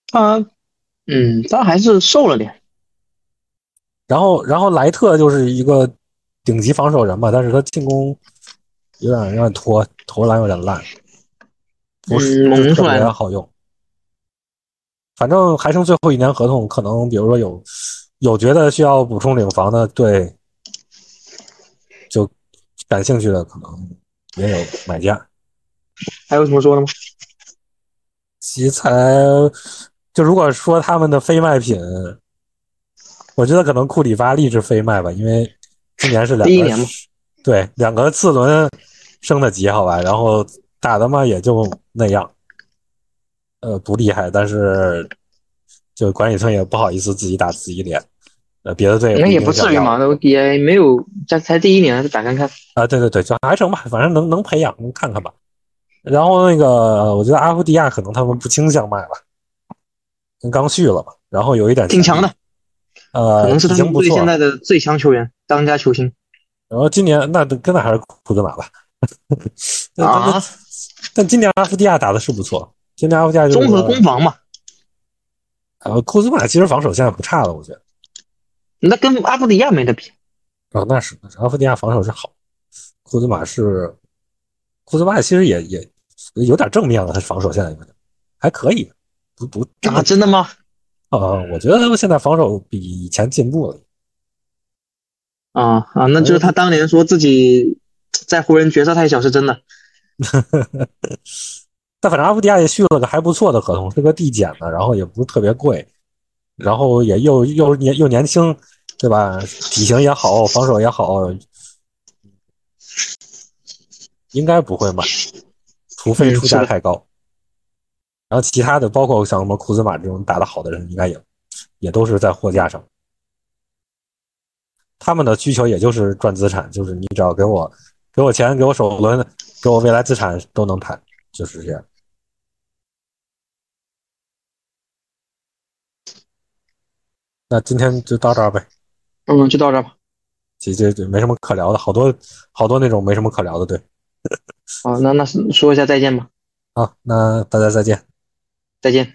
Speaker 2: 他嗯，他还是瘦了点。
Speaker 1: 然后，然后莱特就是一个顶级防守人嘛，但是他进攻有点有点拖，投篮有点烂，不是
Speaker 2: 嗯
Speaker 1: 不是
Speaker 2: 蒙
Speaker 1: 特
Speaker 2: 出来
Speaker 1: 别
Speaker 2: 了
Speaker 1: 好用。反正还剩最后一年合同，可能比如说有有觉得需要补充领防的队，就感兴趣的可能也有买家。
Speaker 2: 还有什么说的吗？
Speaker 1: 奇才，就如果说他们的非卖品，我觉得可能库里、巴利是非卖吧，因为今年是两
Speaker 2: 第一
Speaker 1: 个
Speaker 2: 年嘛
Speaker 1: 对两个次轮升的级，好吧，然后打的嘛也就那样，呃，不厉害，但是就管理层也不好意思自己打自己脸，呃，别的队
Speaker 2: 那
Speaker 1: 一
Speaker 2: 也
Speaker 1: 定
Speaker 2: 不至
Speaker 1: 想
Speaker 2: 于
Speaker 1: 要
Speaker 2: 嘛，都也没有，这才第一年，打看看。
Speaker 1: 啊，对对对，就还成吧，反正能能培养，能看看吧。然后那个，我觉得阿夫迪亚可能他们不倾向卖吧，跟刚续了嘛，然后有一点
Speaker 2: 挺强的，
Speaker 1: 呃，
Speaker 2: 可能是
Speaker 1: 已
Speaker 2: 他
Speaker 1: 经
Speaker 2: 们
Speaker 1: 不
Speaker 2: 队
Speaker 1: 错
Speaker 2: 现
Speaker 1: 了。
Speaker 2: 在的最强球员，当家球星
Speaker 1: 然后今年那跟那还是库兹马吧， 但他们
Speaker 2: 啊，
Speaker 1: 但今年阿夫迪亚打的是不错，今年阿夫迪亚就是
Speaker 2: 综
Speaker 1: 个
Speaker 2: 合攻防嘛。
Speaker 1: 呃，库兹马其实防守现在不差了，我觉得
Speaker 2: 那跟阿布迪亚没得比，
Speaker 1: 啊，那是那是阿夫迪亚防守是好，库兹马是库兹马其实也也有点正面了，他防守现在有点还可以，不不
Speaker 2: 啊，真的吗？
Speaker 1: 啊，我觉得他们现在防守比以前进步了。
Speaker 2: 啊啊，那就是他当年说自己在湖人决赛太小是真的。
Speaker 1: 但反正阿布迪亚也续了个还不错的合同，是个递减的，然后也不是特别贵，然后也又又年又年轻，对吧？体型也好，防守也好，应该不会卖，除非
Speaker 2: 嗯
Speaker 1: 出
Speaker 2: 是
Speaker 1: 价
Speaker 2: 的
Speaker 1: 太高。然后其他的，包括像什么库兹马这种打得好的人，应该也也都是在货架上。他们的需求也就是赚资产，就是你只要给我给我钱，给我首轮，给我未来资产都能谈，就是这样。那今天就到这儿呗，
Speaker 2: 嗯，就到这儿吧。
Speaker 1: 这这这没什么可聊的，好多好多那种没什么可聊的，对。
Speaker 2: 啊，那那说一下再见吧，
Speaker 1: 好，那大家再见。
Speaker 2: 再见。